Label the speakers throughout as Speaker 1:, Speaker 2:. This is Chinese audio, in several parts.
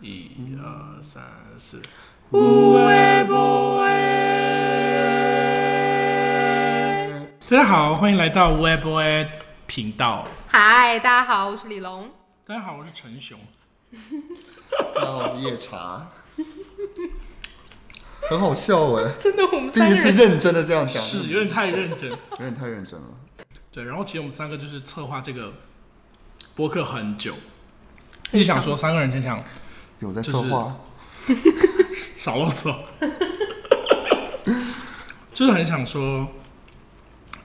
Speaker 1: 一二三四，
Speaker 2: 有诶无诶。
Speaker 1: 大家好，欢迎来到 Web A 频道。
Speaker 2: 嗨，大家好，我是李龙。
Speaker 1: 大家好，我是陈雄。
Speaker 3: 大家好，我是夜茶，很好笑 哎、
Speaker 2: 真的，我们
Speaker 3: 第
Speaker 2: 三
Speaker 3: 一
Speaker 2: 个
Speaker 3: 次
Speaker 2: 人
Speaker 3: 认真的这样讲，
Speaker 1: 是有点太认真。
Speaker 3: 有点太认真了。
Speaker 1: 对，然后其实我们三个就是策划这个播客很久，一直想说三个人很想
Speaker 3: 有在
Speaker 1: 就
Speaker 3: 策
Speaker 1: 是
Speaker 3: 划，
Speaker 1: 少啰嗦， 就是很想说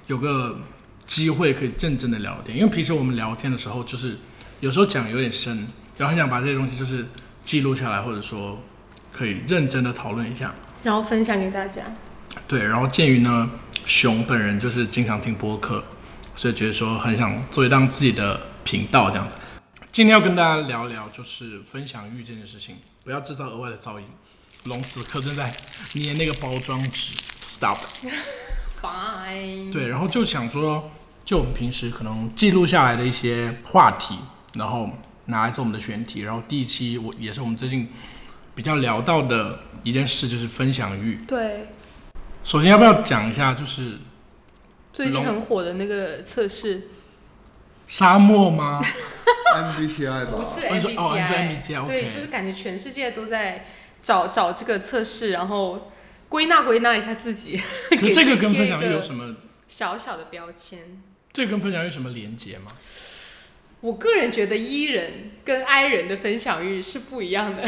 Speaker 1: 有个机会可以认真的聊天，因为平时我们聊天的时候，就是有时候讲有点深，然后很想把这些东西就是记录下来，或者说可以认真的讨论一下。
Speaker 2: 然后分享给大家。
Speaker 1: 对，然后鉴于呢，熊本人就是经常听播客，所以觉得说很想做一档自己的频道这样子。今天要跟大家聊聊就是分享欲这件事情，不要制造额外的噪音。龙此刻正在捏那个包装纸，stop。
Speaker 2: Fine。
Speaker 1: 对，然后就想说，就我们平时可能记录下来的一些话题，然后拿来做我们的选题。然后第一期我也是我们最近比较聊到的一件事，就是分享欲。
Speaker 2: 对，
Speaker 1: 首先要不要讲一下，就是
Speaker 2: 最近
Speaker 1: 龙
Speaker 2: 很火的那个测试，
Speaker 1: 沙漠 吗？
Speaker 3: MBTI 吧，
Speaker 1: 哦你说哦你说 MBTI，
Speaker 2: 对，
Speaker 1: OK
Speaker 2: 就是感觉全世界都在找找这个测试，然后归纳归纳一下自己。
Speaker 1: 可
Speaker 2: 给
Speaker 1: 这个
Speaker 2: 自己
Speaker 1: 跟
Speaker 2: 贴
Speaker 1: 分
Speaker 2: 一
Speaker 1: 享欲
Speaker 2: 个
Speaker 1: 有什么？
Speaker 2: 小小的标签。
Speaker 1: 这个跟分享欲有什么连结吗？
Speaker 2: 我个人觉得 E 人跟 I 人的分享欲是不一样的。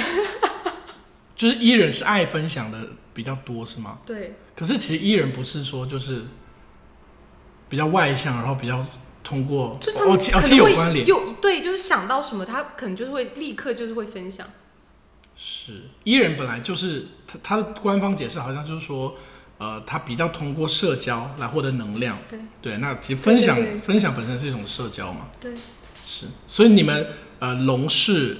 Speaker 1: 就是 E 人是爱分享的比较多是吗？
Speaker 2: 对，
Speaker 1: 可是其实 E 人不是说就是比较外向，然后比较通过
Speaker 2: 就是他
Speaker 1: 哦，
Speaker 2: 们
Speaker 1: 其
Speaker 2: 可
Speaker 1: 哦其实
Speaker 2: 能
Speaker 1: 有
Speaker 2: 会
Speaker 1: 关联，
Speaker 2: 有对，就是想到什么，他可能就是会立刻就是会分享。
Speaker 1: 是 E 人本来就是他他的官方解释好像就是说，呃，他比较通过社交来获得能量。
Speaker 2: 对
Speaker 1: 对，那其实分享
Speaker 2: 对对对
Speaker 1: 分享本身是一种社交嘛。
Speaker 2: 对，
Speaker 1: 是。所以你们呃，龙是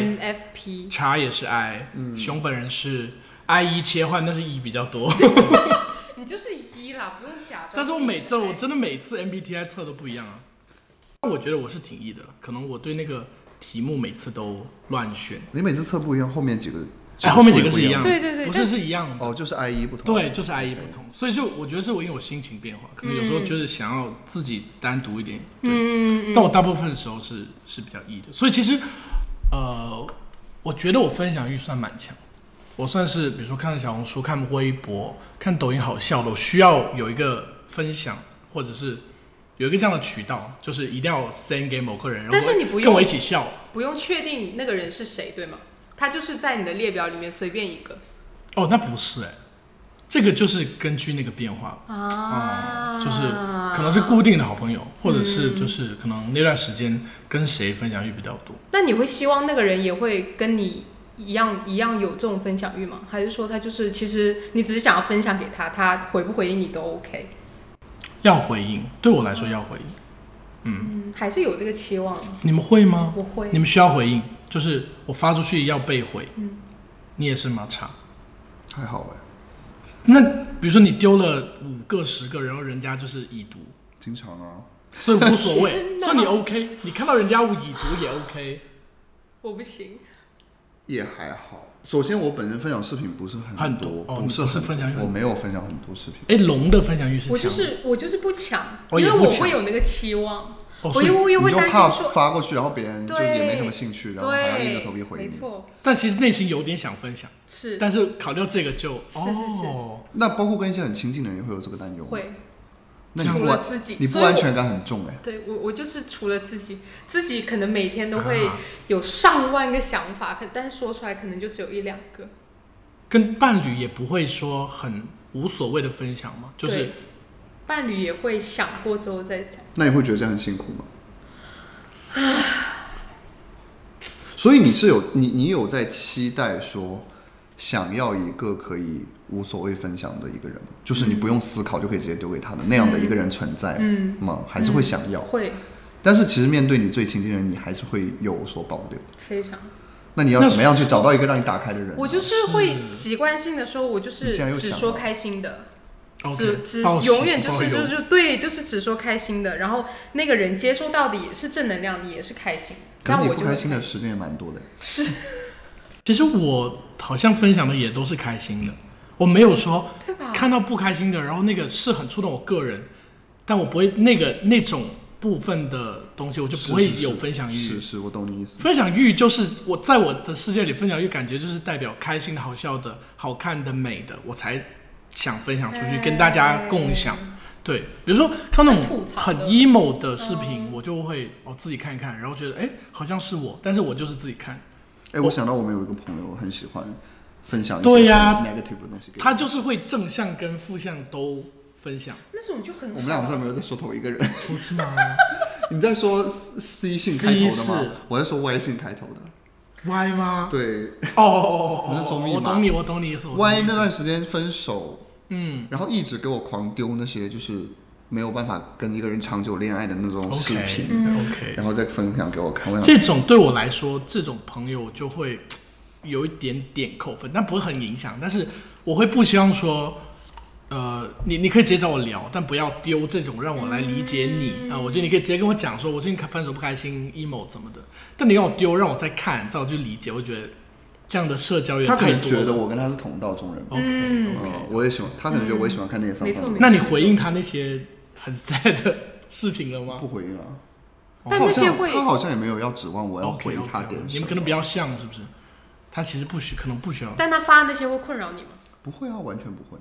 Speaker 2: INFP
Speaker 1: 茶也是 I，、熊本人是 I 一切换，但是 E 比较多。
Speaker 2: 你就是一啦，不用假装。
Speaker 1: 但是我每周我真的每次 MBTI 测都不一样啊。那我觉得我是挺 E 的了，可能我对那个题目每次都乱选。
Speaker 3: 你每次测不一样，后面几个，
Speaker 1: 哎，后面几个是
Speaker 3: 数也
Speaker 1: 一
Speaker 3: 不一
Speaker 1: 样，
Speaker 2: 对对对
Speaker 1: 不
Speaker 2: 但
Speaker 1: 是是一样的。
Speaker 3: 哦，就是 I E 不同，
Speaker 1: 对，就是 I E 不同，所以就我觉得是我因为我心情变化，可能有时
Speaker 2: 嗯
Speaker 1: 候就是想要自己单独一点，对。但我大部分时候是是比较 E 的，所以其实，呃，我觉得我分享欲算蛮强，我算是比如说看小红书、看微博、看抖音好笑的，我需要有一个分享，或者是有一个这样的渠道，就是一定要 send 给某个人，然后
Speaker 2: 但是你不
Speaker 1: 跟我
Speaker 2: 用
Speaker 1: 一起笑，
Speaker 2: 不用确定那个人是谁，对吗？他就是在你的列表里面随便一个
Speaker 1: 哦，那不是哎、这个就是根据那个变化
Speaker 2: 啊
Speaker 1: 就是可能是固定的好朋友，
Speaker 2: 嗯
Speaker 1: 或者是就是可能那段时间跟谁分享欲比较多。
Speaker 2: 那你会希望那个人也会跟你一样一样有这种分享欲吗？还是说他就是其实你只是想要分享给他，他回不回应你都 OK？
Speaker 1: 要回应，对我来说要回应。
Speaker 2: 嗯，还是有这个期望。
Speaker 1: 你们会吗？
Speaker 2: 我会
Speaker 1: 你，们需要回应，就是我发出去要被回。
Speaker 2: 嗯
Speaker 1: 你也是吗？差。
Speaker 3: 还好哎、
Speaker 1: 那比如说你丢了五个、十个，然后人家就是已读，
Speaker 3: 经常啊，
Speaker 1: 所以无所 谓，所以你 OK，你看到人家已读也 OK，
Speaker 2: 我不行。
Speaker 3: 也还好。首先，我本人分享视频不是很
Speaker 1: 很多
Speaker 3: 多，
Speaker 1: 哦
Speaker 3: 不
Speaker 1: 你
Speaker 3: 是
Speaker 1: 不是
Speaker 3: 很
Speaker 1: 分享欲很
Speaker 3: 我没有分享很多视频。
Speaker 1: 哎，龙的分享欲是
Speaker 2: 我
Speaker 1: 强
Speaker 2: 就
Speaker 1: 的，
Speaker 2: 是我就是不抢，
Speaker 1: 我
Speaker 2: 因
Speaker 1: 也
Speaker 2: 为
Speaker 1: 不
Speaker 2: 我
Speaker 1: 抢
Speaker 2: 会有那个期望，
Speaker 1: 哦，
Speaker 2: 我
Speaker 1: 所以
Speaker 2: 又我又
Speaker 3: 你
Speaker 2: 会
Speaker 3: 就
Speaker 2: 担
Speaker 3: 怕
Speaker 2: 心说，
Speaker 3: 发过去，然后别人就也
Speaker 2: 对
Speaker 3: 没什么兴趣，然后还要硬着头皮
Speaker 2: 对，
Speaker 3: 回
Speaker 2: 没
Speaker 3: 你。
Speaker 2: 错，
Speaker 1: 但其实内心有点想分享，
Speaker 2: 是
Speaker 1: 但是考虑到这个就哦
Speaker 2: 是，
Speaker 3: 那包括跟一些很亲近的人也会有这个担忧。，
Speaker 2: 会
Speaker 3: 那你
Speaker 2: 除
Speaker 3: 不
Speaker 2: 了
Speaker 3: 安，
Speaker 2: 自己，
Speaker 3: 你不
Speaker 2: 所以我
Speaker 3: 安全感很重哎、
Speaker 2: 对我，我就是除了自己，自己可能每天都会
Speaker 1: 啊
Speaker 2: 有上万个想法，可但是说出来可能就只有一两个。
Speaker 1: 跟伴侣也不会说很无所谓的分享嘛，就是
Speaker 2: 对伴侣也会想过之后再讲，
Speaker 3: 那你会觉得这样很辛苦吗？所以你是有你你有在期待说，想要一个可以无所谓分享的一个人吗？就是你不用思考就可以直接丢给他的那样的一个人存在
Speaker 2: 嗯，
Speaker 3: 吗？还是会想要？
Speaker 2: 会
Speaker 3: 但是其实面对你最亲近的人，你还是会有所保留。
Speaker 2: 非常。
Speaker 3: 那你要
Speaker 1: 那
Speaker 3: 怎么样去找到一个让你打开的人呢？啊
Speaker 2: 我就是会习惯性的说，我就
Speaker 3: 你
Speaker 2: 是
Speaker 3: 竟然又
Speaker 2: 只
Speaker 3: 想
Speaker 2: 说
Speaker 3: 到
Speaker 2: 开心的，只
Speaker 1: OK，
Speaker 2: 只
Speaker 1: 报喜
Speaker 2: 永远就
Speaker 1: 报
Speaker 2: 是
Speaker 1: 忧
Speaker 2: 就就对，就是只说开心的。然后那个人接收到的也是正能量，也是开心的。这
Speaker 3: 可
Speaker 2: 样
Speaker 3: 是你
Speaker 2: 我
Speaker 3: 不
Speaker 2: 就
Speaker 3: 开
Speaker 2: 会
Speaker 3: 心的时间也蛮多的。
Speaker 2: 是，
Speaker 1: 其实我好像分享的也都是开心的，我没有说
Speaker 2: 对啊吧？
Speaker 1: 看到不开心的，然后那个是很触动我个人，但我不会那个那种部分的东西，我就不会有分享欲。
Speaker 3: 是是，我懂你意思。
Speaker 1: 分享欲就是我在我的世界里，分享欲感觉就是代表开心的、好笑的、好看的、美的，我才想分享出
Speaker 2: 哎
Speaker 1: 去跟大家共享。对，比如说看那
Speaker 2: 吐
Speaker 1: 种嗯
Speaker 2: 槽
Speaker 1: 很
Speaker 2: 的
Speaker 1: emo 的视频，我就会哦自己看一看，然后觉得哎好像是我，但是我就是自己看。
Speaker 3: 哎，我想到我们有一个朋友很喜欢分享一些
Speaker 1: 对呀
Speaker 3: 很 negative 的东西给我
Speaker 1: 他就是会正向跟负向都分 享，
Speaker 2: 那种就很好
Speaker 3: 我们俩好像没有在说同一个人。
Speaker 1: 不是吗
Speaker 3: 你在说 C 姓开头
Speaker 1: C
Speaker 3: 的
Speaker 1: 是
Speaker 3: 吗？我在说 Y 姓开头的。
Speaker 1: ？Y 吗？
Speaker 3: 对
Speaker 1: 哦哦哦哦
Speaker 3: 我是说
Speaker 1: 哦，
Speaker 3: 密码
Speaker 1: 我懂你，我懂你意思。我懂你意
Speaker 3: ，Y 那
Speaker 1: 思
Speaker 3: 段时间分手，
Speaker 1: 嗯
Speaker 3: 然后一直给我狂丢那些就是没有办法跟一个人长久恋爱的那种视
Speaker 1: ，OK 嗯
Speaker 3: 频，
Speaker 1: OK，
Speaker 3: 然后再分享给我看。我想
Speaker 1: 这种对我来说，这种朋友就会有一点点扣分，但不会很影响。但是我会不希望说，呃，你你可以直接找我聊，但不要丢这种让我来理解你啊、我觉得你可以直接跟我讲说，我最近看分手不开心，emo 怎么的。但你让我丢，让我再看，啊再我去理解，我觉得这样的社交也
Speaker 3: 他可
Speaker 1: 太
Speaker 3: 能
Speaker 1: 多
Speaker 3: 觉得
Speaker 1: 了。
Speaker 3: 我跟他是同道中人。
Speaker 1: OK
Speaker 2: 嗯
Speaker 1: OK，、
Speaker 3: 嗯，我也喜欢，他可能觉得我也喜欢看那些丧
Speaker 2: 没错
Speaker 3: 丧
Speaker 2: 没错，
Speaker 3: 的
Speaker 1: 那你回应他那些很 sad 的视频了吗
Speaker 3: 不回应了。
Speaker 1: 嗯
Speaker 2: 但
Speaker 3: 他好
Speaker 2: 那些
Speaker 3: 像
Speaker 2: 会
Speaker 3: 他好像也没有要指望我要
Speaker 1: ？OK
Speaker 3: 回
Speaker 1: OK，,
Speaker 3: 他点什么。
Speaker 1: 你们可能比较像，是不是？他其实不需，可能不需要。
Speaker 2: 但他发的那些会困扰你吗？
Speaker 3: 不会啊，完全不会。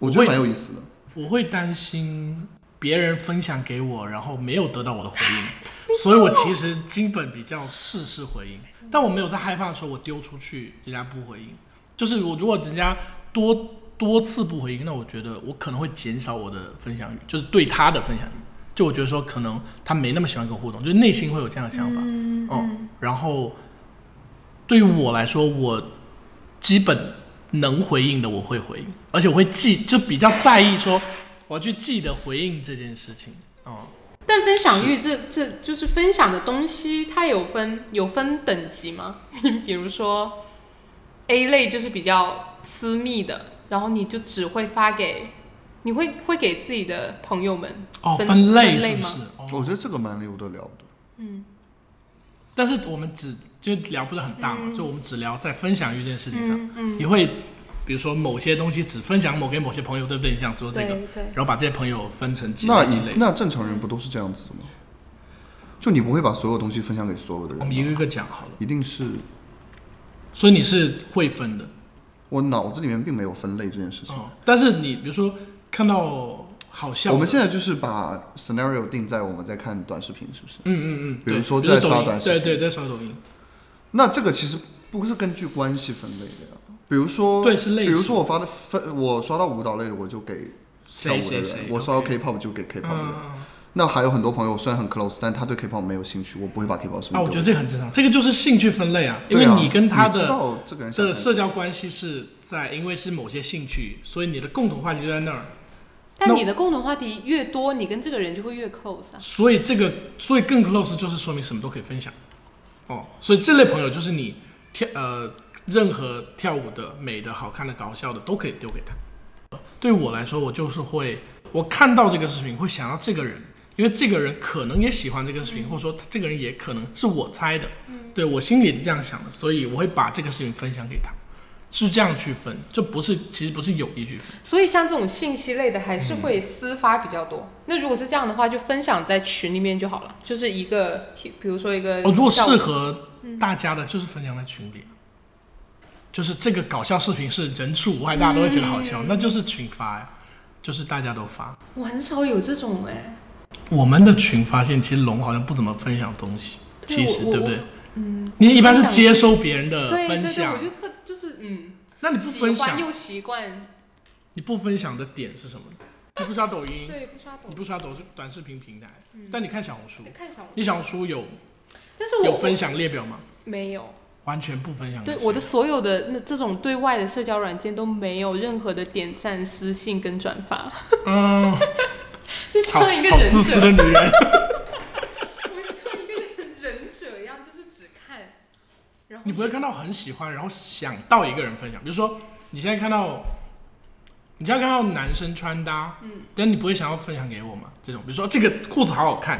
Speaker 1: 我
Speaker 3: 我觉
Speaker 1: 会
Speaker 3: 得蛮有意思的。
Speaker 1: 我会担心别人分享给我，然后没有得到我的回 应，所以我其实基本比较事事回应，但我没有在害怕说我丢出去人家不回应，就是我如果人家多多次不回应，那我觉得我可能会减少我的分享欲，就是对他的分享欲，就我觉得说可能他没那么喜欢跟我互动，就是内心会有这样的想法，嗯，然后对于我来说，我基本能回应的我会回应，而且我会记，就比较在意说我要去记得回应这件事情。哦，
Speaker 2: 但分享欲这这就是分享的东西，它有分有分等级吗？ 比如说 A 类就是比较私密的，然后你就只会发给，你会会给自己的朋友们
Speaker 1: 哦，
Speaker 2: 分
Speaker 1: 分类
Speaker 2: 类
Speaker 1: 是不
Speaker 2: 吗
Speaker 1: 是？哦，
Speaker 3: 我觉得这个蛮有得聊的。
Speaker 1: 但是我们只就聊不是很大嘛，就我们只聊在分享欲这件事情上，
Speaker 2: 嗯嗯，
Speaker 1: 你会比如说某些东西只分享某给某些朋友，对不对？你想做这个，
Speaker 2: 对对
Speaker 1: 然后把这些朋友分成几
Speaker 3: 那
Speaker 1: 类几
Speaker 3: 以
Speaker 1: 类，
Speaker 3: 那正常人不都是这样子的吗？就你不会把所有东西分享给所有的
Speaker 1: 我
Speaker 3: 人
Speaker 1: 们一
Speaker 3: 吗，
Speaker 1: 个一个讲好了。
Speaker 3: 一定是
Speaker 1: 所以你是会分的，
Speaker 3: 我脑子里面并没有分类这件事情。
Speaker 1: 哦，但是你比如说看到好笑的，
Speaker 3: 我们现在就是把 scenario 定在我们在看短视频，是不是？
Speaker 1: 嗯嗯嗯，
Speaker 3: 比如
Speaker 1: 对
Speaker 3: 说
Speaker 1: 就是
Speaker 3: 在刷
Speaker 1: 抖音
Speaker 3: 短视
Speaker 1: 对
Speaker 3: 频
Speaker 1: 对，在刷抖音，
Speaker 3: 那这个其实不是根据关系分类的呀。比如说，
Speaker 1: 对是类
Speaker 3: 比
Speaker 1: 型
Speaker 3: 如说我发的分，我刷到舞蹈类的，我就给跳
Speaker 1: 谁
Speaker 3: 舞的
Speaker 1: 谁
Speaker 3: 人；
Speaker 1: 谁，
Speaker 3: 我刷到
Speaker 1: OK
Speaker 3: K-pop 就给 K-pop 的人。
Speaker 1: 嗯
Speaker 3: 那还有很多朋友虽然很 close，但他对 K-pop 没有兴趣，我不会把 K-pop 什么
Speaker 1: 啊，我觉得这个很正常，这个就是兴趣分类啊，因为
Speaker 3: 对啊
Speaker 1: 你跟他
Speaker 3: 你知
Speaker 1: 的、
Speaker 3: 道这个人想
Speaker 1: 的
Speaker 3: 干
Speaker 1: 社交关系是在，因为是某些兴趣，所以你的共同话题就在那儿，那
Speaker 2: 但你的共同话题越多，你跟这个人就会越 close 啊。
Speaker 1: 所以这个所以更 close 就是说明什么都可以分享，哦，所以这类朋友就是你跳呃任何跳舞的、美的、好看的、搞笑的都可以丢给他。对我来说，我就是会我看到这个视频会想到这个人，因为这个人可能也喜欢这个视频，或者说他这个人也可能是我猜的，对我心里是这样想的，所以我会把这个事情分享给他。是这样去分，就不是，其实不是有意去分。
Speaker 2: 所以像这种信息类的，还是会私发比较多。那如果是这样的话，就分享在群里面就好了，就是一个，比如说一个，
Speaker 1: 哦，如果适，合
Speaker 2: 嗯
Speaker 1: 大家的，就是分享在群里，就是这个搞笑视频是人畜无害，大家都会觉得好
Speaker 2: 嗯
Speaker 1: 笑，那就是群发呀，就是大家都发。
Speaker 2: 我很少有这种哎、
Speaker 1: 我们的群发现，其实龙好像不怎么分享东西，
Speaker 2: 对
Speaker 1: 其实
Speaker 2: 我
Speaker 1: 对不
Speaker 2: 我
Speaker 1: 对？
Speaker 2: 嗯，
Speaker 1: 你一般是接收别人的
Speaker 2: 对对
Speaker 1: 分
Speaker 2: 对，
Speaker 1: 享
Speaker 2: 我，就特就是嗯，
Speaker 1: 那你不分
Speaker 2: 喜欢
Speaker 1: 享，
Speaker 2: 又习惯，
Speaker 1: 你不分享的点是什么？你不刷抖音，
Speaker 2: 对，不刷抖
Speaker 1: 你
Speaker 2: 音，
Speaker 1: 不刷抖短视频平台，但你看小红书，
Speaker 2: 看小红书，
Speaker 1: 你小红书嗯有
Speaker 2: 但是我
Speaker 1: 有分享列表吗？
Speaker 2: 我没有，
Speaker 1: 完全不分享。
Speaker 2: 对我的所有的那这种对外的社交软件都没有任何的点赞、私信跟转发，
Speaker 1: 嗯，
Speaker 2: 就
Speaker 1: 好
Speaker 2: 像一个
Speaker 1: 好
Speaker 2: 忍
Speaker 1: 自私
Speaker 2: 者，
Speaker 1: 的女人。
Speaker 2: 我像一个忍者一样，就是只看，然后
Speaker 1: 你不会看到很喜欢，然后想到一个人分享，比如说你现在看到，你现在看到男生穿搭，嗯，但你不会想要分享给我吗？这种，比如说这个裤子好好看，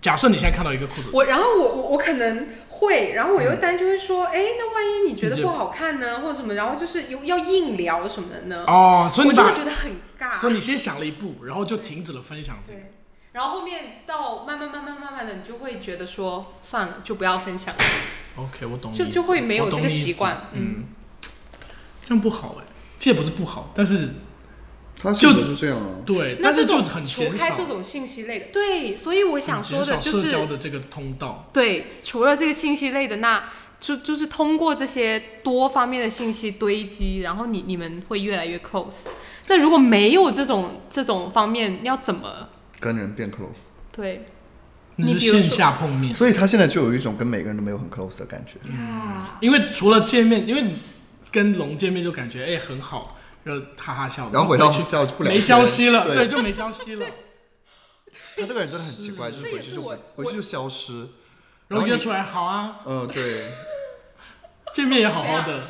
Speaker 1: 假设你现在看到一个裤子，
Speaker 2: 我然后我我我可能会，然后
Speaker 1: 嗯
Speaker 2: 我又担心会说，哎、那万一你觉得不好看呢，或者什么，然后就是有要硬聊什么的呢？
Speaker 1: 哦，所以
Speaker 2: 我
Speaker 1: 你
Speaker 2: 就会
Speaker 1: 把，
Speaker 2: 觉得啊很尬。
Speaker 1: 所以你先想了一步，然后就停止了分享这个。
Speaker 2: 对，然后后面到慢慢慢慢慢慢的，你就会觉得说算了，就不要分享了，
Speaker 1: OK，我懂你意
Speaker 2: 就
Speaker 1: 思，
Speaker 2: 就会没有
Speaker 1: 我懂
Speaker 2: 这个
Speaker 1: 你意
Speaker 2: 习
Speaker 1: 思
Speaker 2: 惯。嗯，
Speaker 1: 嗯，这样不好哎、这也不是不好，但是
Speaker 3: 他
Speaker 1: 就
Speaker 3: 性格就这样啊。
Speaker 1: 对，
Speaker 2: 那
Speaker 1: 但
Speaker 2: 这
Speaker 1: 是就
Speaker 2: 种
Speaker 1: 很
Speaker 2: 除
Speaker 1: 减
Speaker 2: 开
Speaker 1: 少
Speaker 2: 这，种信息类的，对，所以我想
Speaker 1: 很
Speaker 2: 说的
Speaker 1: 减少
Speaker 2: 就
Speaker 1: 社交
Speaker 2: 是，
Speaker 1: 的这个通道。
Speaker 2: 对，除了这个信息类的，那就就是通过这些多方面的信息堆积，然后你你们会越来越 close。那如果没有这种这种方面，你要怎么
Speaker 3: 跟人变 close，
Speaker 2: 对？
Speaker 1: 那
Speaker 2: 你
Speaker 1: 就
Speaker 2: 比如
Speaker 1: 线
Speaker 2: 说
Speaker 1: 下碰面，
Speaker 3: 所以他现在就有一种跟每个人都没有很 close 的感觉。
Speaker 1: 嗯
Speaker 2: 呀，
Speaker 1: 因为除了见面，因为你跟龙见面就感觉哎很好，然后哈哈笑，
Speaker 3: 然后回到
Speaker 1: 去
Speaker 3: 家就不聊天
Speaker 1: 没消息了，
Speaker 3: 对
Speaker 1: 对，就没消息 了。
Speaker 3: 他这个人真的很奇怪，就是
Speaker 2: 这也
Speaker 3: 回去
Speaker 2: 是
Speaker 3: 就
Speaker 2: 我
Speaker 3: 回去就消失。
Speaker 1: 然
Speaker 3: 然
Speaker 1: 后
Speaker 3: 后
Speaker 1: 约
Speaker 3: 你
Speaker 1: 出来好啊，
Speaker 3: 嗯，对，
Speaker 1: 见面也好好的，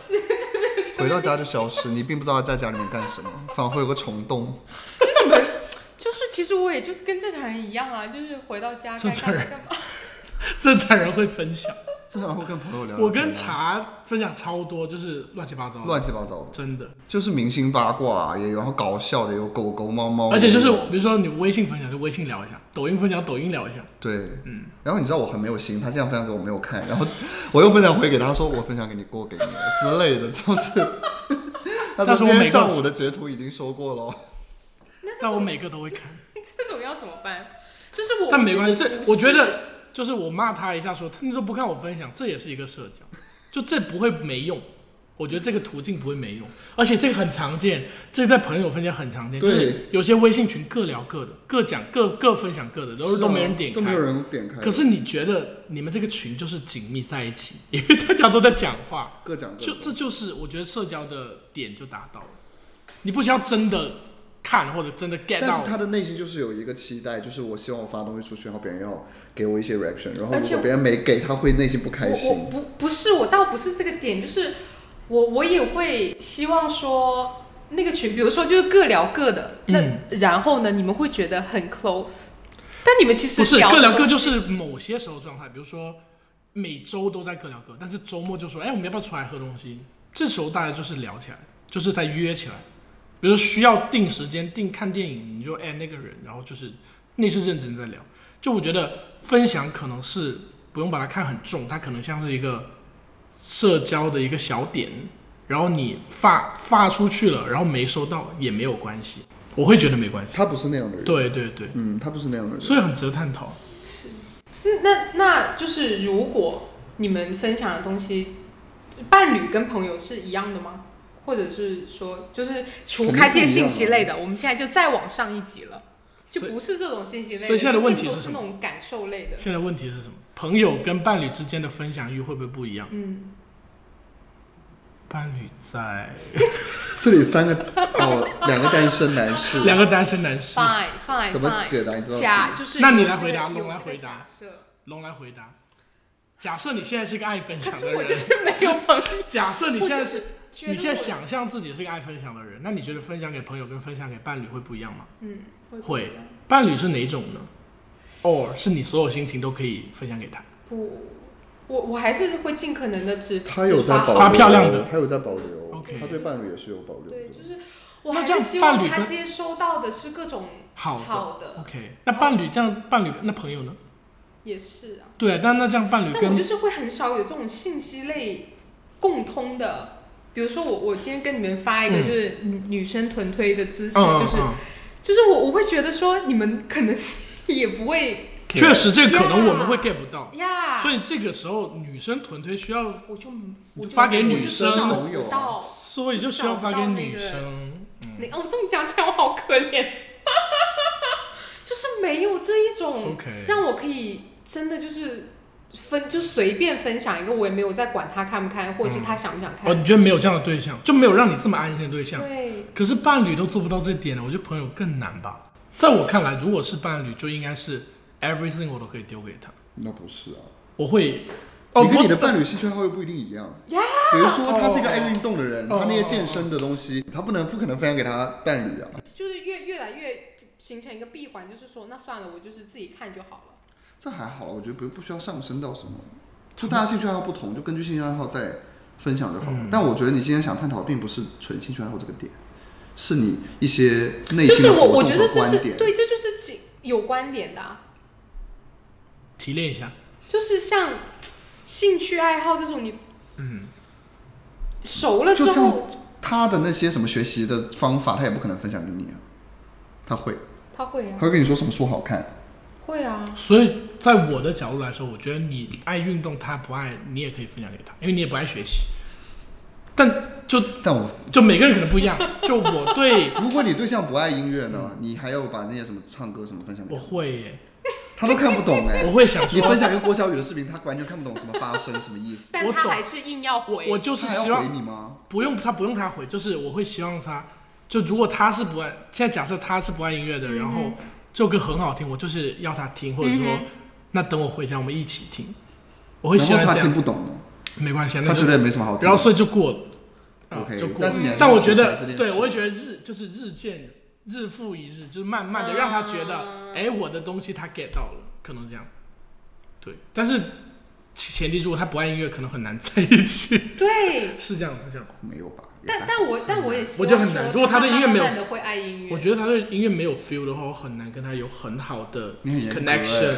Speaker 3: 回到家就消失，你并不知道他在家里面干什么，仿佛有个虫洞。
Speaker 2: 就是其实我也就跟正常人一样啊，就是回到家该
Speaker 1: 正
Speaker 2: 干
Speaker 1: 常
Speaker 2: 嘛
Speaker 1: 人
Speaker 2: 干嘛。
Speaker 1: 正常人会分享。
Speaker 3: 经常会跟朋友聊聊天啊。
Speaker 1: 我跟茶分享超多，就是乱七八糟的，
Speaker 3: 乱七八糟的，
Speaker 1: 真的。
Speaker 3: 就是明星八卦啊也有，然后搞笑的有，狗狗猫猫的，
Speaker 1: 而且就是比如说你微信分享就微信聊一下，抖音分享抖音聊一下，
Speaker 3: 对，嗯。然后你知道我很没有心，他这样分享给我没有看，然后我又分享回给他说我分享给你过给你了之类 的，就是。他
Speaker 1: 但
Speaker 3: 说
Speaker 1: 是
Speaker 3: 今
Speaker 1: 我
Speaker 3: 天
Speaker 1: 每个
Speaker 3: 上午的截图已经收过了。
Speaker 2: 那这
Speaker 1: 但我
Speaker 2: 种
Speaker 1: 每个都会看。
Speaker 2: 这种要怎么办？就是我，
Speaker 1: 但没关系，
Speaker 2: 就是
Speaker 1: 这
Speaker 2: 不
Speaker 1: 我觉
Speaker 2: 是
Speaker 1: 得就是我骂他一下说，他你都不看我分享，这也是一个社交，就这不会没用。我觉得这个途径不会没用，而且这个很常见，这在朋友分享很常见，就
Speaker 3: 对
Speaker 1: 是有些微信群各聊各的，各讲各各分享各的，然后都没人点开，
Speaker 3: 都没有人点开。
Speaker 1: 可是你觉得你们这个群就是紧密在一起，因为大家都在讲话，
Speaker 3: 各讲各的
Speaker 1: 就这就是我觉得社交的点就达到了。你不需要真的看或者真的 get
Speaker 3: 但
Speaker 1: 到
Speaker 3: 是，他的内心就是有一个期待，就是我希望我发东西出去，然后别人要给我一些 reaction，然后
Speaker 2: 而
Speaker 3: 如
Speaker 2: 且
Speaker 3: 果别人没给，他会内心不开
Speaker 2: 我我
Speaker 3: 心。
Speaker 2: 不不是，我倒不是这个点，就是我我也会希望说那个群，比如说就是各聊各的，那、
Speaker 1: 嗯
Speaker 2: 然后呢，你们会觉得很 close，但你们其实
Speaker 1: 不是
Speaker 2: 聊
Speaker 1: 各聊
Speaker 2: 的
Speaker 1: 各，
Speaker 2: 东西
Speaker 1: 就是某些时候状态，比如说每周都在各聊各，但是周末就说，哎，我们要不要出来喝东西？这时候大家就是聊起来，就是在约起来。比如需要定时间定看电影，你就哎那个人，然后就是那是认真在聊。就我觉得分享可能是不用把它看很重，它可能像是一个社交的一个小点，然后你发发出去了，然后没收到也没有关系，我会觉得没关系。
Speaker 3: 他不是那样的人。，
Speaker 1: 对对对，
Speaker 3: 嗯，他不是那样的人。
Speaker 1: 所以很值得探讨。
Speaker 2: 嗯那那就是如果你们分享的东西，伴侣跟朋友是一样的吗？或者是说，就是除
Speaker 3: 肯定
Speaker 2: 开
Speaker 3: 不
Speaker 2: 这些
Speaker 3: 一
Speaker 2: 信
Speaker 3: 样
Speaker 2: 息
Speaker 3: 啊
Speaker 2: 类的，我们现在就再往上一级了，就
Speaker 1: 所以
Speaker 2: 不是这种信息类的，
Speaker 1: 所以现在的问题
Speaker 2: 更多
Speaker 1: 是
Speaker 2: 是
Speaker 1: 什
Speaker 2: 那
Speaker 1: 么
Speaker 2: 种感受类的。
Speaker 1: 现在问题是什么？朋友跟伴侣之间的分享欲会不会不一样？
Speaker 2: 嗯，
Speaker 1: 伴侣在，
Speaker 3: 这里三个哦，两个单身男士
Speaker 1: 两个单身男士
Speaker 2: f，i n e fine，
Speaker 3: 怎么解答？你知道
Speaker 2: 假
Speaker 3: 吗？
Speaker 2: 就是
Speaker 1: 那你
Speaker 2: 有
Speaker 1: 来
Speaker 2: 这
Speaker 1: 回
Speaker 2: 个
Speaker 1: 答
Speaker 2: 有
Speaker 1: 龙来
Speaker 2: 这个
Speaker 1: 回答
Speaker 2: 假设
Speaker 1: 龙来回答。假设你现在是个爱分
Speaker 2: 可
Speaker 1: 享的
Speaker 2: 是我
Speaker 1: 人，
Speaker 2: 就是没有朋友，
Speaker 1: 假 设你现在
Speaker 2: 我就是觉得
Speaker 1: 你现在
Speaker 2: 我
Speaker 1: 想象自己是个爱分享的人，那你觉得分享给朋友跟分享给伴侣会不一样吗？
Speaker 2: 嗯
Speaker 1: 会伴侣是哪种呢？哦，是你所有心情都可以分享给他。
Speaker 2: 不，我我还是会尽可能的只
Speaker 3: 他有在保
Speaker 1: 发
Speaker 3: 留，
Speaker 1: 漂亮的
Speaker 3: 他有在保留。
Speaker 1: OK
Speaker 3: 他对伴侣也是有保留的
Speaker 2: 对，。就是我
Speaker 1: 那
Speaker 2: 还
Speaker 1: 这
Speaker 2: 是
Speaker 1: 样
Speaker 2: 希
Speaker 1: 伴
Speaker 2: 望
Speaker 1: 侣
Speaker 2: 他
Speaker 1: 跟
Speaker 2: 接收到的是各种
Speaker 1: 好的
Speaker 2: 好的，
Speaker 1: OK，那伴侣这样伴侣那朋友呢？
Speaker 2: 也是啊。
Speaker 1: 对啊，但那这样伴侣
Speaker 2: 但我就
Speaker 1: 跟
Speaker 2: 是会很少有这种信息类共通的。比如说我，我今天跟你们发一个
Speaker 1: 嗯
Speaker 2: 就是女女生臀推的姿势，
Speaker 1: 嗯
Speaker 2: 就是
Speaker 1: 嗯嗯
Speaker 2: 就是我我会觉得说你们可能 也不会
Speaker 1: 确实这个可能我们会
Speaker 2: 呀
Speaker 1: get 不到。
Speaker 2: 呀，
Speaker 1: 所以这个时候女生臀推需要，
Speaker 2: 我就我就
Speaker 1: 发给女
Speaker 2: 我就
Speaker 1: 生啊
Speaker 2: 找不到
Speaker 1: 所以就需要发给女生。
Speaker 2: 你哦，这么讲起来我好可怜， 就是没有这一种
Speaker 1: OK，
Speaker 2: 让我可以真的就是分就随便分享一个，我也没有在管他看不看，或者是他想不想
Speaker 1: 哦，
Speaker 2: 看。
Speaker 1: 你觉得没有这样的对象，就没有让你这么安心的对象。
Speaker 2: 对，
Speaker 1: 可是伴侣都做不到这点了，我觉得朋友更难吧。在我看来，如果是伴侣，就应该是 everything 我都可以丢给他，
Speaker 3: 那不是啊。
Speaker 1: 我会。哦，
Speaker 3: 你跟你的
Speaker 1: 我
Speaker 3: 伴侣兴趣爱好又不一定一样。
Speaker 2: 呀
Speaker 3: 比如说，他是一个爱运动的人，
Speaker 1: 哦
Speaker 3: 他那些健身的东西，他不能不可能分享给他伴侣啊。
Speaker 2: 就是越越来越形成一个闭环，就是说那算了，我就是自己看就好了。
Speaker 3: 啊这还好，我觉得不不需要上升到什么。就大家兴趣爱好不同，就根据兴趣爱好再分享就好了。
Speaker 1: 嗯
Speaker 3: 但我觉得你今天想探讨的并不是纯兴趣爱好这个点，是你一些内
Speaker 2: 就是
Speaker 3: 心的
Speaker 2: 我
Speaker 3: 活
Speaker 2: 我
Speaker 3: 动
Speaker 2: 觉得
Speaker 3: 和
Speaker 2: 这
Speaker 3: 观
Speaker 2: 是
Speaker 3: 点。
Speaker 2: 对，这就是几有观点的、啊。
Speaker 1: 提炼一下，
Speaker 2: 就是像兴趣爱好这种，你嗯，熟了之
Speaker 3: 就这样
Speaker 2: 后，
Speaker 3: 他的那些什么学习的方法，他也不可能分享给你啊。他会，
Speaker 2: 他会啊
Speaker 3: 他，会跟你说什么书好看，
Speaker 2: 会啊，
Speaker 1: 所以在我的角度来说，我觉得你爱运动，他不爱，你也可以分享给他，因为你也不爱学习。但就
Speaker 3: 但我
Speaker 1: 就每个人可能不一样。就我对
Speaker 3: 如果你对象不爱音乐呢，你还要把那些什么唱歌什么分享给
Speaker 1: 我
Speaker 3: 他，
Speaker 1: 会耶，
Speaker 3: 他都看不懂哎、
Speaker 1: 我会想
Speaker 3: 你分
Speaker 1: 说，
Speaker 3: 享一个郭晓宇的视频，他完全看不懂什么发声什么意思，
Speaker 2: 但
Speaker 1: 我
Speaker 2: 他
Speaker 1: 懂
Speaker 2: 还是硬要回。
Speaker 1: 我 就是
Speaker 3: 他
Speaker 1: 希
Speaker 3: 还要回
Speaker 1: 望
Speaker 3: 你吗？
Speaker 1: 不用他不用他回，就是我会希望他，就如果他是不爱，现在假设他是不爱音乐的，然后这首歌很好听，我就是要他听，或者说、那等我回家我们一起听，我会
Speaker 3: 然
Speaker 1: 希
Speaker 3: 后
Speaker 1: 望
Speaker 3: 他
Speaker 1: 这
Speaker 3: 听
Speaker 1: 样，
Speaker 3: 不懂呢，
Speaker 1: 没关系，那
Speaker 3: 他
Speaker 1: 就
Speaker 3: 觉得也没什么好听。
Speaker 1: 然后所以就过了。啊
Speaker 3: OK，
Speaker 1: 就过了
Speaker 3: 但是你还是
Speaker 1: 但
Speaker 3: 要
Speaker 1: 我
Speaker 3: 做
Speaker 1: 觉
Speaker 3: 孩子
Speaker 1: 得，
Speaker 3: 练
Speaker 1: 对
Speaker 3: 习
Speaker 1: 我也觉得日就是日渐日复一日，就是慢慢的让他觉得，哎、我的东西他 get 到了，可能这样。对，但是前前提如果他不爱音乐，可能很难在一 起。
Speaker 2: 对，
Speaker 1: 是这样，是这样。
Speaker 3: 没有吧？也
Speaker 2: 但
Speaker 3: 还
Speaker 2: 但我但我也
Speaker 1: 嗯
Speaker 2: 希
Speaker 1: 我
Speaker 2: 望
Speaker 1: 觉得很难
Speaker 2: 说
Speaker 1: 如果他对音乐没有
Speaker 2: 慢慢的会爱音乐，
Speaker 1: 我觉得他对音乐没有 feel 的话，我很难跟他有很好的
Speaker 3: 你很严格哎
Speaker 1: connection。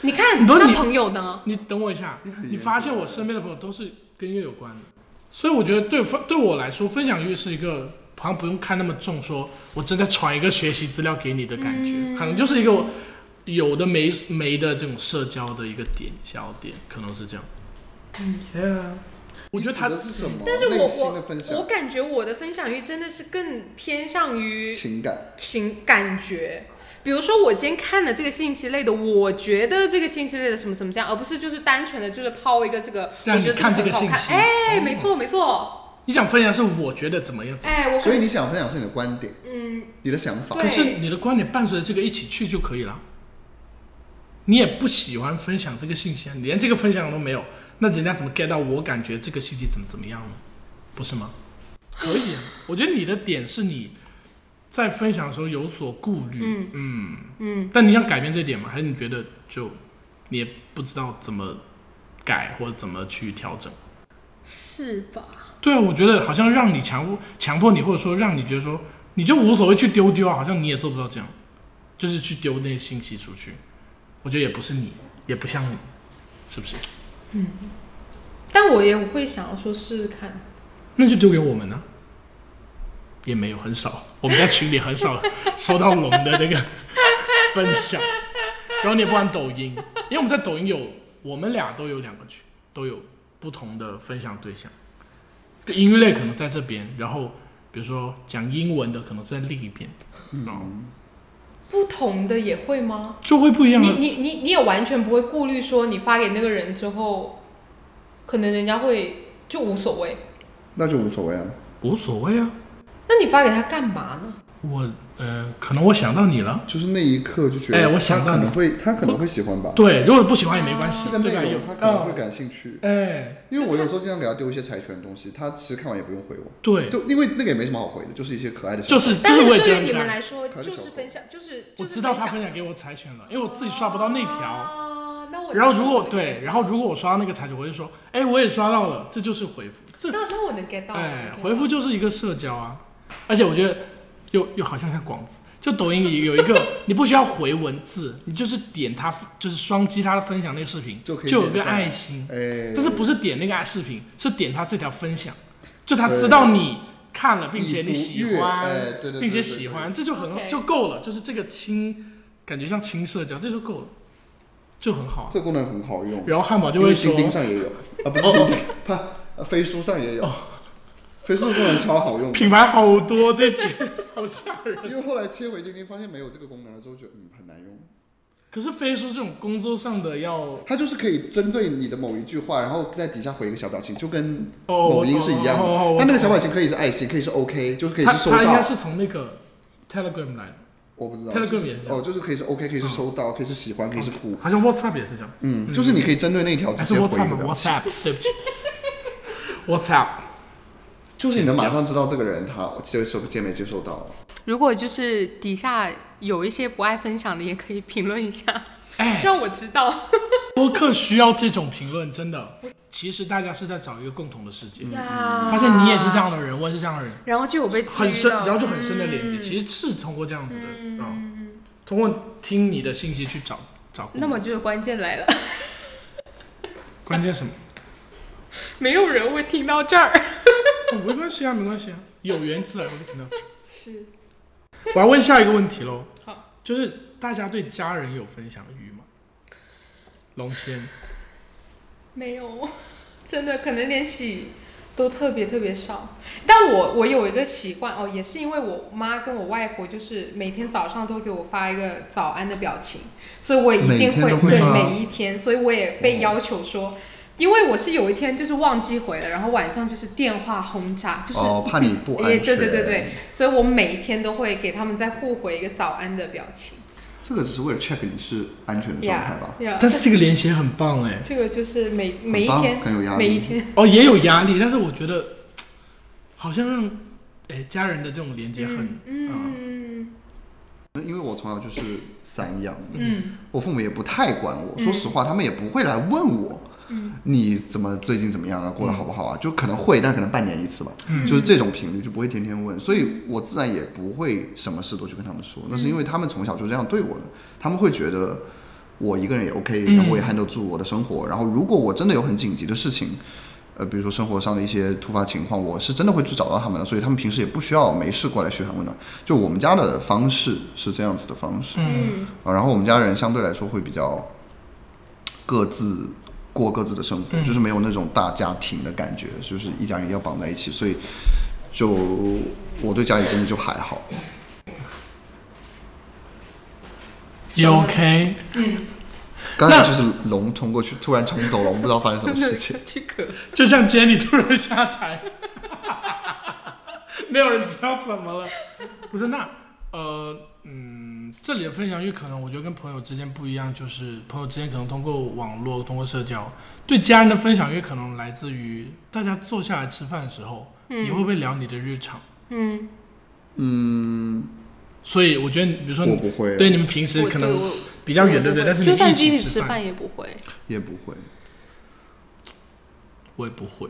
Speaker 2: 你看
Speaker 1: 你说
Speaker 2: 那
Speaker 1: 你
Speaker 2: 朋友呢？
Speaker 1: 你等我一下，
Speaker 3: 你很
Speaker 1: 你
Speaker 3: 严
Speaker 1: 发
Speaker 3: 格
Speaker 1: 现我身边的朋友都是跟音乐有关的，所以我觉得对分对我来说，分享欲是一个好像不用看那么重，说我正在传一个学习资料给你的感觉，
Speaker 2: 嗯
Speaker 1: 可能就是一个我有的没没的这种社交的一个点小点，可能是这样。嗯，我觉得他
Speaker 3: 你指的是什么？
Speaker 2: 但是我
Speaker 3: 内心的分
Speaker 2: 我我
Speaker 3: 享
Speaker 2: 感觉我的分享欲真的是更偏向于
Speaker 3: 情感，
Speaker 2: 情感觉。比如说，我今天看了这个信息类的，我觉得这个信息类的什么什么这样，而不是就是单纯的就是抛一个这个，
Speaker 1: 让
Speaker 2: 我
Speaker 1: 你
Speaker 2: 觉得
Speaker 1: 看这
Speaker 2: 个
Speaker 1: 个
Speaker 2: 很好
Speaker 1: 信
Speaker 2: 看，
Speaker 1: 息
Speaker 2: 哎，
Speaker 1: 哦
Speaker 2: 没错没错，
Speaker 1: 你想分享是我觉得怎么样？
Speaker 2: 哎，我
Speaker 3: 所以你想分享是你的观点，
Speaker 2: 嗯，
Speaker 3: 你的想法
Speaker 2: 对
Speaker 1: 可。是你的观点伴随着这个一起去就可以了。你也不喜欢分享这个信息，啊，你连这个分享都没有，那人家怎么 get 到我感觉这个信息怎么怎么样呢？不是吗？可以啊，我觉得你的点是你在分享的时候有所顾虑，嗯嗯但你想改变这点吗？还是你觉得就你也不知道怎么改或者怎么去调整？
Speaker 2: 是吧？
Speaker 1: 对啊，我觉得好像让你强迫强迫你，或者说让你觉得说你就无所谓去丢丢啊，好像你也做不到这样，就是去丢那些信息出去。我觉得也不是你，也不像你，是不是？
Speaker 2: 但我也会想要说试试看，
Speaker 1: 那就丢给我们呢、也没有很少，我们在群里很 少收到龙的那个分享，然后你也不玩抖音，因为我们在抖音有我们俩都有两个群，都有不同的分享对象，就音乐类可能在这边，然后比如说讲英文的可能是在另一边，嗯，
Speaker 2: 不同的也会吗？
Speaker 1: 就会不一样啊
Speaker 2: 你
Speaker 1: 了。
Speaker 2: 你你你也完全不会顾虑说你发给那个人之后，可能人家会就无所谓，
Speaker 3: 那就无所谓了。
Speaker 1: 无所谓啊，
Speaker 2: 那你发给他干嘛呢？
Speaker 1: 我呃，可能我想到你了，
Speaker 3: 就是那一刻就觉得，
Speaker 1: 哎我想
Speaker 3: 他
Speaker 1: 到
Speaker 3: 可
Speaker 1: 你
Speaker 3: 能会，他可能会喜欢吧。
Speaker 1: 对，如果不喜欢也没关系
Speaker 3: 这，个
Speaker 1: 对吧？
Speaker 3: 内
Speaker 1: 有
Speaker 3: 容他可能会
Speaker 1: 啊
Speaker 3: 感兴趣，
Speaker 1: 哎，
Speaker 3: 因为我有时候经常给他丢一些柴犬的东西，他其实看完也不用回我，
Speaker 1: 对，
Speaker 3: 就因为那个也没什么好回的，就是一些可爱的小
Speaker 1: 就是就
Speaker 2: 但
Speaker 1: 是我也觉得
Speaker 2: 对于
Speaker 1: 很
Speaker 2: 你
Speaker 1: 可
Speaker 2: 们
Speaker 1: 爱。
Speaker 2: 来说，
Speaker 3: 可爱的
Speaker 2: 就
Speaker 3: 小
Speaker 2: 是
Speaker 3: 狗
Speaker 2: 分享，就是
Speaker 1: 我知道他分
Speaker 2: 享
Speaker 1: 享给我柴犬了，因为我自己刷不到那条。
Speaker 2: 啊那我
Speaker 1: 然后
Speaker 2: 能
Speaker 1: 如果
Speaker 2: get
Speaker 1: 对，然后如果我刷到那个柴犬，我就说，哎，我也刷到了，这就是回复。这
Speaker 2: 那那我能 get 到，
Speaker 1: 哎，
Speaker 2: 我能 get
Speaker 1: 回复就是一个社交啊，而且我觉得又又好像像广子，就抖音里有一个，你不需要回文字，你就是点他，就是双击他分享那个视频，
Speaker 3: 就可以
Speaker 1: 就有
Speaker 3: 点
Speaker 1: 个
Speaker 3: 赞
Speaker 1: 爱心，
Speaker 3: 哎，
Speaker 1: 但是不是点那个视频，是点他这条分享，就他知道你看了，并且你喜
Speaker 3: 已读阅
Speaker 1: 欢，
Speaker 3: 哎对对对
Speaker 1: 并且
Speaker 3: 对
Speaker 1: 喜
Speaker 3: 对
Speaker 1: 欢，这就很好
Speaker 2: OK
Speaker 1: 就够了，就是这个轻，感觉像轻社交，这就够了，就很好啊。
Speaker 3: 这个功能很好用，
Speaker 1: 然后汉堡就
Speaker 3: 因为
Speaker 1: 会说，哦
Speaker 3: 钉钉 上也有啊，不是钉钉，啪，呃飞书上也有， 飞书的功能超好用的。
Speaker 1: 品牌好多，这集好吓人。
Speaker 3: 因为后来切回钉钉，发现没有这个功能了之后，觉得嗯很难用。
Speaker 1: 可是非说这种工作上的要，
Speaker 3: 它就是可以针对你的某一句话，然后在底下回一个小表情，就跟
Speaker 1: 哦
Speaker 3: 某音是一样
Speaker 1: 哦哦哦哦
Speaker 3: 的。
Speaker 1: 我
Speaker 3: 它那个小表情可以是爱心，可以是 OK，就是可以
Speaker 1: 他
Speaker 3: 是收
Speaker 1: 他应该
Speaker 3: 到。
Speaker 1: 是从那个 Telegram 来的，
Speaker 3: 我不知道。
Speaker 1: Telegram
Speaker 3: 就是
Speaker 1: 也是这样嗯
Speaker 3: 哦，就是可以是 OK，可以是收到，可以是喜欢，可以是哭。
Speaker 1: 好像 WhatsApp 也是这样。
Speaker 3: 嗯，就是你可以针对那条直
Speaker 1: 还
Speaker 3: 接
Speaker 1: 是
Speaker 3: 回一
Speaker 1: WhatsApp
Speaker 3: 个
Speaker 1: 吗
Speaker 3: 表情，
Speaker 1: WhatsApp，对 不起，WhatsApp。
Speaker 3: 就是你能马上知道这个人他接收接没接收到。
Speaker 2: 如果就是底下有一些不爱分享的，也可以评论一下，
Speaker 1: 哎，
Speaker 2: 让我知道。
Speaker 1: 播客需要这种评论，真的。其实大家是在找一个共同的世界，
Speaker 2: 呀，
Speaker 1: 发现你也是这样的人，我也是这样的人，
Speaker 2: 然后就有被治愈
Speaker 1: 很深，
Speaker 2: 到
Speaker 1: 然后就很深的连接。
Speaker 2: 嗯
Speaker 1: 其实是通过这样子的，
Speaker 2: 嗯
Speaker 1: 嗯，
Speaker 2: 嗯嗯
Speaker 1: 通过听你的信息去找找。
Speaker 2: 那么就是关键来了，
Speaker 1: 关键什么？
Speaker 2: 没有人会听到这儿。
Speaker 1: 哦没关系啊，没关系啊，有缘自然会听到。
Speaker 2: 是，
Speaker 1: 我要问下一个问题喽。
Speaker 2: 好，
Speaker 1: 就是大家对家人有分享欲吗？龙 仙，
Speaker 2: 没有， 真的可能连洗都特别特别少。但我我有一个习惯哦，也是因为我妈跟我外婆就是每天早上都给我发一个早安的表情，所以我一定
Speaker 3: 每天都会哦
Speaker 2: 对
Speaker 3: 发
Speaker 2: 每一天，所以我也被要求说。因为我是有一天就是忘记回了，然后晚上就是电话轰炸，就是
Speaker 3: 哦，怕你不安
Speaker 2: 也
Speaker 3: 全。
Speaker 2: 对对对对，，所以我每一天都会给他们再互回一个早安的表情。
Speaker 3: 这个只是为了 check 你是安全的状态吧？
Speaker 2: 呀
Speaker 1: 但是这个连接很棒哎、
Speaker 2: 这个就是每
Speaker 3: 很
Speaker 2: 每一
Speaker 3: 棒
Speaker 2: 天
Speaker 3: 很有压力，
Speaker 2: 每一天，
Speaker 1: 哦，也有压力，但是我觉得嘖好像让哎家人的这种连接很、
Speaker 2: 嗯嗯
Speaker 3: 因为我从小就是散养的，
Speaker 2: 嗯
Speaker 3: 我父母也不太管我。
Speaker 2: 嗯
Speaker 3: 说实话，他们也不会来问我，
Speaker 2: 嗯
Speaker 3: 你怎么最近怎么样啊，过得好不好啊？就可能会，但可能半年一次吧，
Speaker 2: 嗯
Speaker 3: 就是这种频率，就不会天天问。所以我自然也不会什么事都去跟他们说。那是
Speaker 2: 嗯
Speaker 3: 因为他们从小就这样对我的，他们会觉得我一个人也 OK，
Speaker 1: 嗯
Speaker 3: 然后我也 handle 住我的生活。然后如果我真的有很紧急的事情，呃，比如说生活上的一些突发情况，我是真的会去找到他们的，所以他们平时也不需要没事过来嘘寒问暖。就我们家的方式是这样子的方式，
Speaker 2: 嗯
Speaker 3: 啊，然后我们家人相对来说会比较各自过各自的生活，
Speaker 1: 嗯
Speaker 3: 就是没有那种大家庭的感觉，就是一家人要绑在一起，所以就我对家里真的就还好。
Speaker 1: 也
Speaker 2: 嗯
Speaker 1: OK。
Speaker 3: 刚才就是龙冲过去，突然冲走了，我们不知道发生什么事 情。
Speaker 2: 去咳，
Speaker 1: 就像 Jenny 突然下台， 没有人知道怎么了。不是那呃嗯，这里的分享欲可能我觉得跟朋友之间不一样，就是朋友之间可能通过网络、通过社交，对家人的分享欲可能来自于大家坐下来吃饭的时候，你会不会聊你的日常？
Speaker 2: 嗯，
Speaker 1: 所以我觉 得你，比如说
Speaker 3: 嗯我
Speaker 1: 你
Speaker 3: 不会，啊
Speaker 1: 对你们平时
Speaker 2: 我
Speaker 1: 可
Speaker 2: 对
Speaker 1: 能
Speaker 2: 我
Speaker 1: 比较
Speaker 2: 我
Speaker 1: 远，对不对？
Speaker 2: 会
Speaker 1: 但是你
Speaker 2: 就
Speaker 1: 们
Speaker 2: 算
Speaker 1: 一
Speaker 2: 一
Speaker 1: 起
Speaker 2: 起
Speaker 1: 吃
Speaker 2: 吃
Speaker 1: 饭，
Speaker 2: 饭也不会，
Speaker 3: 也不会。
Speaker 1: 我也不会，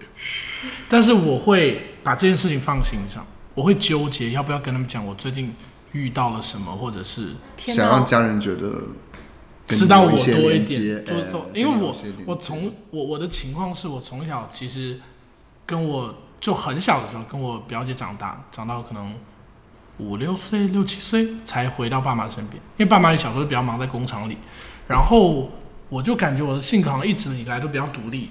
Speaker 1: 但是我会把这件事情放心上，我会纠结要不要跟他们讲我最近遇到了什么，或者是
Speaker 2: 天
Speaker 3: 想让
Speaker 2: 哪，
Speaker 3: 家人觉得跟
Speaker 1: 知道
Speaker 3: 你有
Speaker 1: 我
Speaker 3: 些
Speaker 1: 多一
Speaker 3: 连
Speaker 1: 点，
Speaker 3: 接
Speaker 1: 就
Speaker 3: 哎
Speaker 1: 就
Speaker 3: 跟
Speaker 1: 因为
Speaker 3: 你有
Speaker 1: 我
Speaker 3: 些连接
Speaker 1: 我从我我的情况是我从小其实跟我就很小的时候跟我表姐长大，长到可能五六岁六七岁才回到爸妈身边，因为爸妈小时候比较忙在工厂里，然后我就感觉我的性格好像一直以来都比较独立，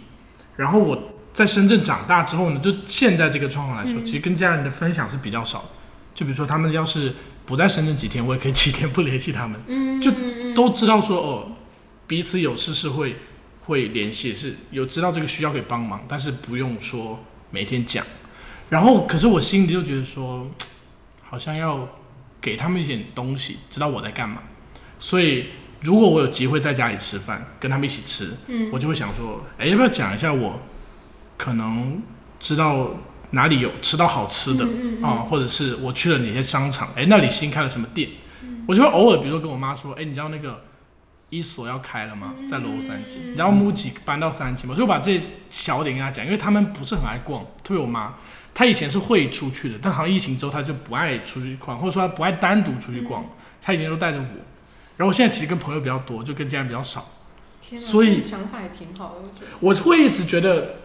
Speaker 1: 然后我在深圳长大之后呢，就现在这个状况来说，
Speaker 2: 嗯
Speaker 1: 其实跟家人的分享是比较少的，就比如说他们要是不在深圳几天，我也可以几天不联系他们。
Speaker 2: 嗯，
Speaker 1: 就
Speaker 2: 嗯
Speaker 1: 都知道说哦，彼此有事是会会联系，是有知道这个需要可以帮忙，但是不用说每天讲。然后，可是我心里就觉得说，好像要给他们一点东西，知道我在干嘛。所以，如果我有机会在家里吃饭，跟他们一起吃，
Speaker 2: 嗯
Speaker 1: 我就会想说，哎，要不要讲一下我可能知道哪里有吃到好吃的啊、
Speaker 2: 嗯嗯嗯
Speaker 1: 或者是我去了哪些商场，哎，那里新开了什么店？我就会偶尔，比如说跟我妈说，哎，你知道那个伊索要开了吗？在楼三期，你知道木吉搬到三期吗？我就把这小点跟她讲，因为他们不是很爱逛，特别我妈，她以前是会出去的，但好像疫情之后她就不爱出去逛，或者说她不爱单独出去逛，她以前都带着我。然后我现在其实跟朋友比较多，就跟家人比较少。
Speaker 2: 天哪
Speaker 1: 所以
Speaker 2: 这个想法也挺好的，我觉得，
Speaker 1: 我会一直觉得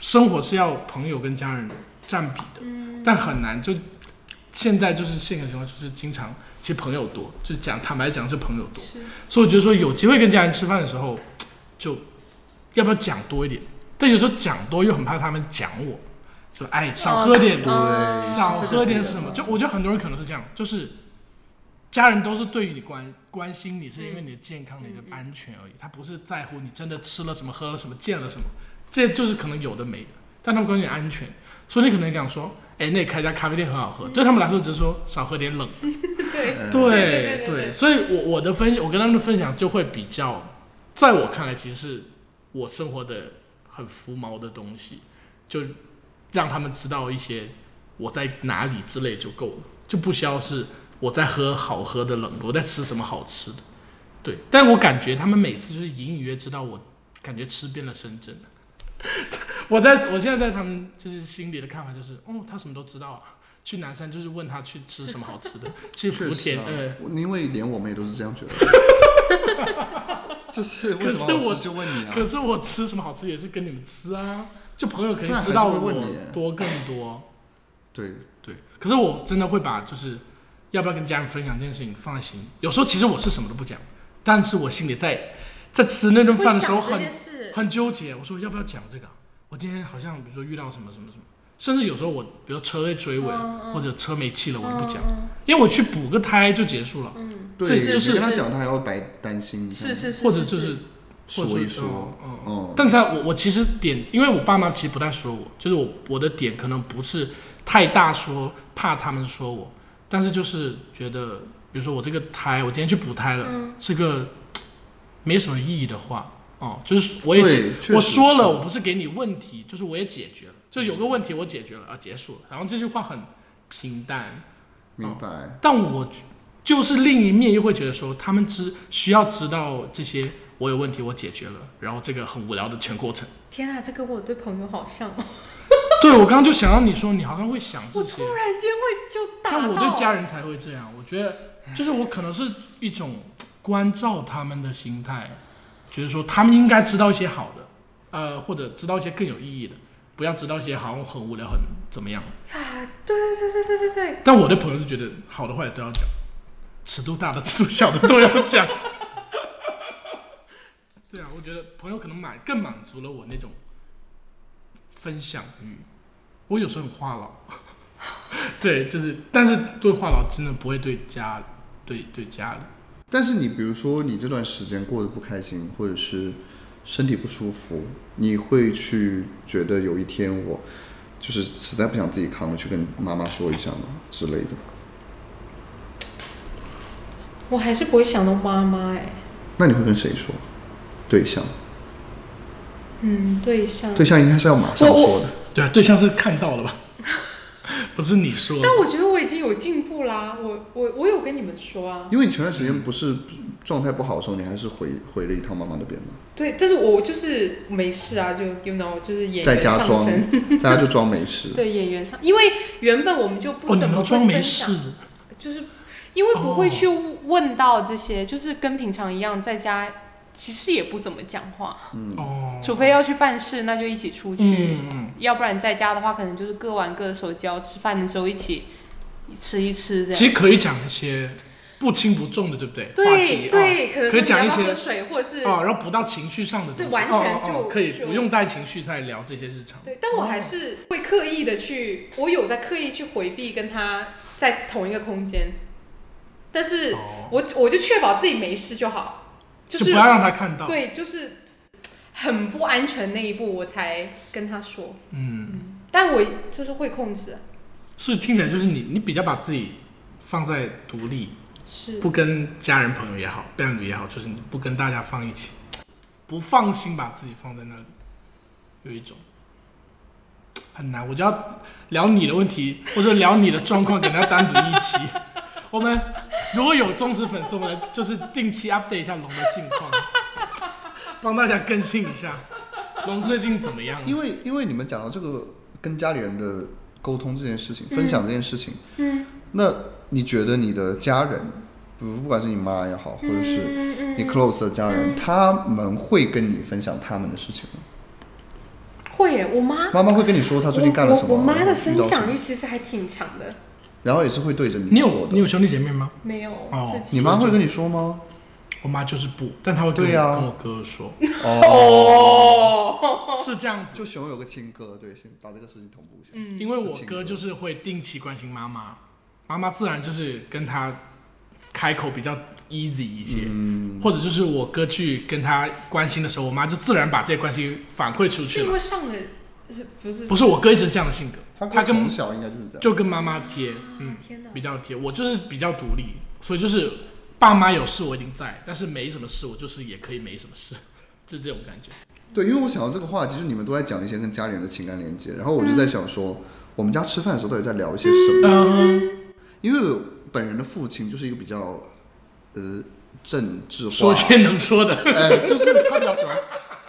Speaker 1: 生活是要朋友跟家人占比的，
Speaker 2: 嗯
Speaker 1: 但很难。就现在就是现实情况，就是经常其实朋友多，就是讲坦白讲是朋友多，
Speaker 2: 是，
Speaker 1: 所以我觉得说有机会跟家人吃饭的时候，就要不要讲多一点？但有时候讲多又很怕他们讲我，就哎少喝点，
Speaker 2: 嗯
Speaker 3: 对，
Speaker 1: 少
Speaker 3: 哦是这个
Speaker 1: 喝点
Speaker 3: 点
Speaker 1: 什么
Speaker 3: 啊。
Speaker 1: 就我觉得很多人可能是这样，就是家人都是对于你关关心你，是因为你的健康、你的安全而已，
Speaker 3: 嗯
Speaker 1: 他不是在乎你真的吃了什么、喝了什么、见了什么，这就是可能有的没的，但他们关心你安全，所以你可能讲说，哎，那你开家咖啡店很好喝，对他们来说只是说少喝点冷。
Speaker 2: 对，
Speaker 3: 嗯
Speaker 2: 对对对
Speaker 1: 对，
Speaker 2: 对
Speaker 1: 所以我我的分我跟他们的分享就会比较，在我看来，其实是我生活的很浮毛的东西，就让他们知道一些我在哪里之类就够了，就不需要是我在喝好喝的冷，我在吃什么好吃的。对，但我感觉他们每次就是隐隐约知道我感觉吃遍了深圳。 我在我现在在他们就是心里的看法就是，哦，他什么都知道啊。去南山就是问他去吃什么好吃 的，去
Speaker 3: 确
Speaker 1: 福
Speaker 3: 实
Speaker 1: 田，
Speaker 3: 啊
Speaker 1: 呃，，
Speaker 3: 我因为连我们也都是这 样觉得。就是为
Speaker 1: 可
Speaker 3: 什
Speaker 1: 是
Speaker 3: 么
Speaker 1: 我
Speaker 3: 老师就问你啊？
Speaker 1: 呃可是我吃什么好吃也是跟你们吃啊，就朋友肯定
Speaker 3: 但还
Speaker 1: 知道
Speaker 3: 是会问
Speaker 1: 我
Speaker 3: 你
Speaker 1: 多更多。
Speaker 3: 对，
Speaker 1: 对，可是我真的会把就是要不要跟家人分享这件事情放在心里。有时候其实我是什么都不讲，但是我心里在在 吃那顿饭的时候
Speaker 4: 会想这
Speaker 1: 很
Speaker 4: 些事
Speaker 1: 很纠结，我说要不要讲这个啊？我今天好像比如说遇到什么什么什么，甚至有时候我比如车被追尾
Speaker 4: 嗯
Speaker 1: 了，或者车没气了，我就不讲，因为我去补个胎就结束了，
Speaker 4: 嗯
Speaker 3: 对，
Speaker 1: 这就是
Speaker 3: 你跟他讲，他还要白担心。
Speaker 4: 是是是，
Speaker 1: 或者就是或者
Speaker 3: 说一说，
Speaker 1: 嗯嗯
Speaker 3: 嗯，
Speaker 1: 但在我我其实点，因为我爸妈其实不太说我，就是我我的点可能不是太大说怕他们说我，但是就是觉得，比如说我这个胎，我今天去补胎了，是个嘖没什么意义的话，哦、就是我也解
Speaker 3: 对确实
Speaker 1: 我说
Speaker 3: 是
Speaker 1: 了，我不是给你问题，就是我也解决了，就有个问题我解决了啊，结束了，然后这句话很平淡，
Speaker 3: 明白。
Speaker 1: 但我就是另一面又会觉得说，他们知需要知道这些我有问题我解决了，然后这个很无聊的全过程。
Speaker 2: 天啊，这跟我对朋友好像哦，
Speaker 1: 对，我刚刚就想到你说你好像会想这
Speaker 2: 我
Speaker 1: 些
Speaker 2: 突，然间会就打到。
Speaker 1: 但我对家人才会这样。我觉得就是我可能是一种关照他们的心态，觉得说他们应该知道一些好的，呃，或者知道一些更有意义的，不要知道一些好像很无聊、很怎么样。
Speaker 2: 啊，对对对对对对对，
Speaker 1: 但我的朋友就觉得好的坏的都要讲，尺度大的、尺度小的都要讲。对啊，我觉得朋友可能满更满足了我那种分享欲。我有时候很话痨， 对，就是，但是对话痨真的不会对家，对对家里。
Speaker 3: 但是你比如说，你这段时间过得不开心，或者是身体不舒服，你会去觉得有一天我就是实在不想自己扛了，去跟妈妈说一下吗之类的？
Speaker 2: 我还是不会想到妈妈哎，
Speaker 3: 那你会跟谁说？对象，
Speaker 2: 嗯，对象。
Speaker 3: 对象应该是要马上
Speaker 2: 我我
Speaker 3: 说的。
Speaker 1: 对啊，对象是看到了吧？ 不是你说的
Speaker 2: 但，我觉得我已经有进步啦，我我我有跟你们说啊，
Speaker 3: 因为你前段时间不是状态不好的时候，你还是回回了一趟妈妈那边嘛，
Speaker 2: 对，但是我就是没事啊，就 you know 就是演
Speaker 3: 在
Speaker 2: 员
Speaker 3: 家
Speaker 2: 上
Speaker 3: 装
Speaker 2: 身，，
Speaker 3: 在家就装没事。
Speaker 2: 对演员上，因为原本我们就不
Speaker 1: 哦，你
Speaker 2: 怎么
Speaker 1: 们
Speaker 2: 会
Speaker 1: 装没
Speaker 2: 分
Speaker 1: 事哦
Speaker 2: 享，，就是因为不会去问到这些，就是跟平常一样，在家其实也不怎么讲话，
Speaker 1: 哦，
Speaker 2: 除非要去办事，那就一起出去，
Speaker 1: 嗯嗯，
Speaker 2: 要不然在家的话，可能就是各玩各的手交，吃饭的时候一起吃一吃这样。
Speaker 1: 其实可以讲一些不轻不重的，对不对？话题
Speaker 2: 对
Speaker 1: 啊
Speaker 2: 对，可能
Speaker 1: 可以
Speaker 2: 说你
Speaker 1: 讲
Speaker 2: 要
Speaker 1: 一
Speaker 2: 不要
Speaker 1: 些
Speaker 2: 喝水，或者是
Speaker 1: 哦，然后不到情绪上的东西，
Speaker 2: 对完全
Speaker 1: 哦哦哦
Speaker 2: 就
Speaker 1: 可以
Speaker 2: 就
Speaker 1: 不用带情绪再聊这些日常。
Speaker 2: 对，但我
Speaker 3: 哦
Speaker 2: 还是会刻意的去，我有在刻意去回避跟他在同一个空间，但是
Speaker 1: 哦，
Speaker 2: 我我就确保自己没事就好，就是
Speaker 1: 不要让他看到。
Speaker 2: 对，就是很不安全那一步，我才跟他说，
Speaker 1: 嗯，
Speaker 2: 但我就是会控制，啊
Speaker 1: 是听起来就是你，你比较把自己放在独立，
Speaker 2: 是
Speaker 1: 不跟家人、朋友也好，伴侣也好，就是你不跟大家放一起，不放心把自己放在那里，有一种很难。我就要聊你的问题，或者聊你的状况，给大家单独一期。 我们如果有忠实粉丝，我们来就是定期 update 一下龙的近况，帮大家更新一下龙最近怎么
Speaker 2: 嗯
Speaker 1: 样。
Speaker 3: 因为因为你们讲到这个跟家里人的沟通这件事情，分享这件事情，
Speaker 2: 嗯，
Speaker 3: 那你觉得你的家人，比如不管是你妈也好，或者是
Speaker 2: 嗯嗯
Speaker 3: 你 close 的家人，他们会跟你分享他们的事情吗？
Speaker 2: 会耶，我妈。
Speaker 3: 妈妈会跟你说她最近干了什么，
Speaker 2: 啊我我我妈的
Speaker 3: 遇
Speaker 2: 分
Speaker 3: 到什么
Speaker 2: 享欲其实还挺强的，
Speaker 3: 然后也是会对着
Speaker 1: 你
Speaker 3: 你
Speaker 1: 有
Speaker 3: 说
Speaker 1: 你
Speaker 3: 的。
Speaker 1: 有兄弟姐妹吗？
Speaker 2: 没有、
Speaker 1: 哦
Speaker 2: 自己。
Speaker 3: 你妈会跟你说吗？
Speaker 1: 我妈就是不，但她会跟
Speaker 3: 对
Speaker 1: 我、
Speaker 3: 啊
Speaker 1: 跟我哥说，
Speaker 2: 哦，
Speaker 1: 是这样子。
Speaker 3: 就熊有个亲哥，对，先把这个事情同步一下。
Speaker 2: 嗯
Speaker 1: 因为我
Speaker 3: 是亲
Speaker 1: 哥
Speaker 3: 哥
Speaker 1: 就是会定期关心妈妈，妈妈自然就是跟他开口比较 easy 一些，
Speaker 3: 嗯
Speaker 1: 或者就是我哥去跟他关心的时候，我妈就自然把这些关心反馈出去
Speaker 2: 是因
Speaker 1: 了。
Speaker 2: 为上了，是不是？
Speaker 1: 不是我哥一直是这样的性格，
Speaker 3: 他
Speaker 1: 他
Speaker 3: 哥
Speaker 1: 跟
Speaker 3: 从小应该就是这样。
Speaker 1: 就跟妈妈贴，嗯，
Speaker 2: 天哪！
Speaker 1: 比较贴。我就是比较独立，所以就是爸妈有事我一定在，但是没什么事我就是也可以没什么事， 就这种感觉。
Speaker 3: 对，因为我想到这个话题，就是你们都在讲一些跟家里人的情感连接，然后我就在想说，我们家吃饭的时候到底在聊一些什么？
Speaker 1: 嗯，
Speaker 3: 因为我本人的父亲就是一个比较，呃，政治化，
Speaker 1: 说些能说的，
Speaker 3: 哎，就是他比较喜欢，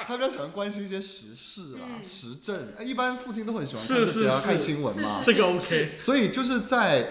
Speaker 3: 他他比较喜欢关心一些时事啊、
Speaker 2: 嗯
Speaker 3: 时政。哎一般父亲都很喜欢看
Speaker 1: 是
Speaker 3: 这些啊，
Speaker 1: 是
Speaker 3: 看
Speaker 1: 是
Speaker 3: 新闻嘛。
Speaker 2: 是
Speaker 1: 这个 OK，
Speaker 3: 所以就是在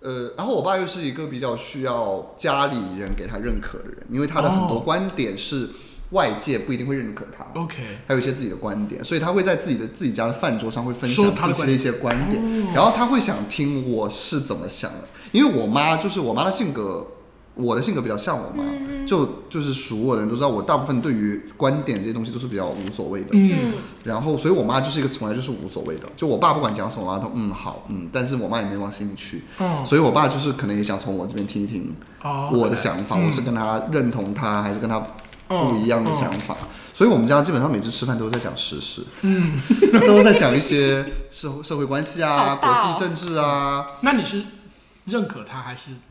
Speaker 3: 呃，然后我爸又是一个比较需要家里人给他认可的人，因为他的很多
Speaker 1: 哦
Speaker 3: 观点是外界不一定会认可他。
Speaker 1: OK，
Speaker 3: 还有一些自己的观点，所以他会在自己的自己家的饭桌上会分享
Speaker 1: 说他的哦
Speaker 3: 自己的一些观点，然后他会想听我是怎么想的，因为我妈就是我妈的性格，我的性格比较像我妈，
Speaker 1: 嗯
Speaker 3: 就就是熟我的人都知道，我大部分对于观点这些东西都是比较无所谓的，
Speaker 1: 嗯，
Speaker 2: 嗯
Speaker 3: 然后所以我妈就是一个从来就是无所谓的，就我爸不管讲什么，我妈都嗯好嗯，但是我妈也没往心里去，
Speaker 1: 哦，
Speaker 3: 所以我爸就是可能也想从我这边听一听
Speaker 1: 哦，
Speaker 3: 我的想法，
Speaker 1: 嗯
Speaker 3: 我是跟他认同他还是跟他
Speaker 2: 嗯
Speaker 1: 哦
Speaker 3: 不一样的想法。所以我们家基本上每次吃饭都是在讲时事，
Speaker 1: 嗯，
Speaker 3: 都在讲一些社会社会关系啊、
Speaker 2: 好大哦
Speaker 3: 国际政治啊。
Speaker 1: 那你是认可他还是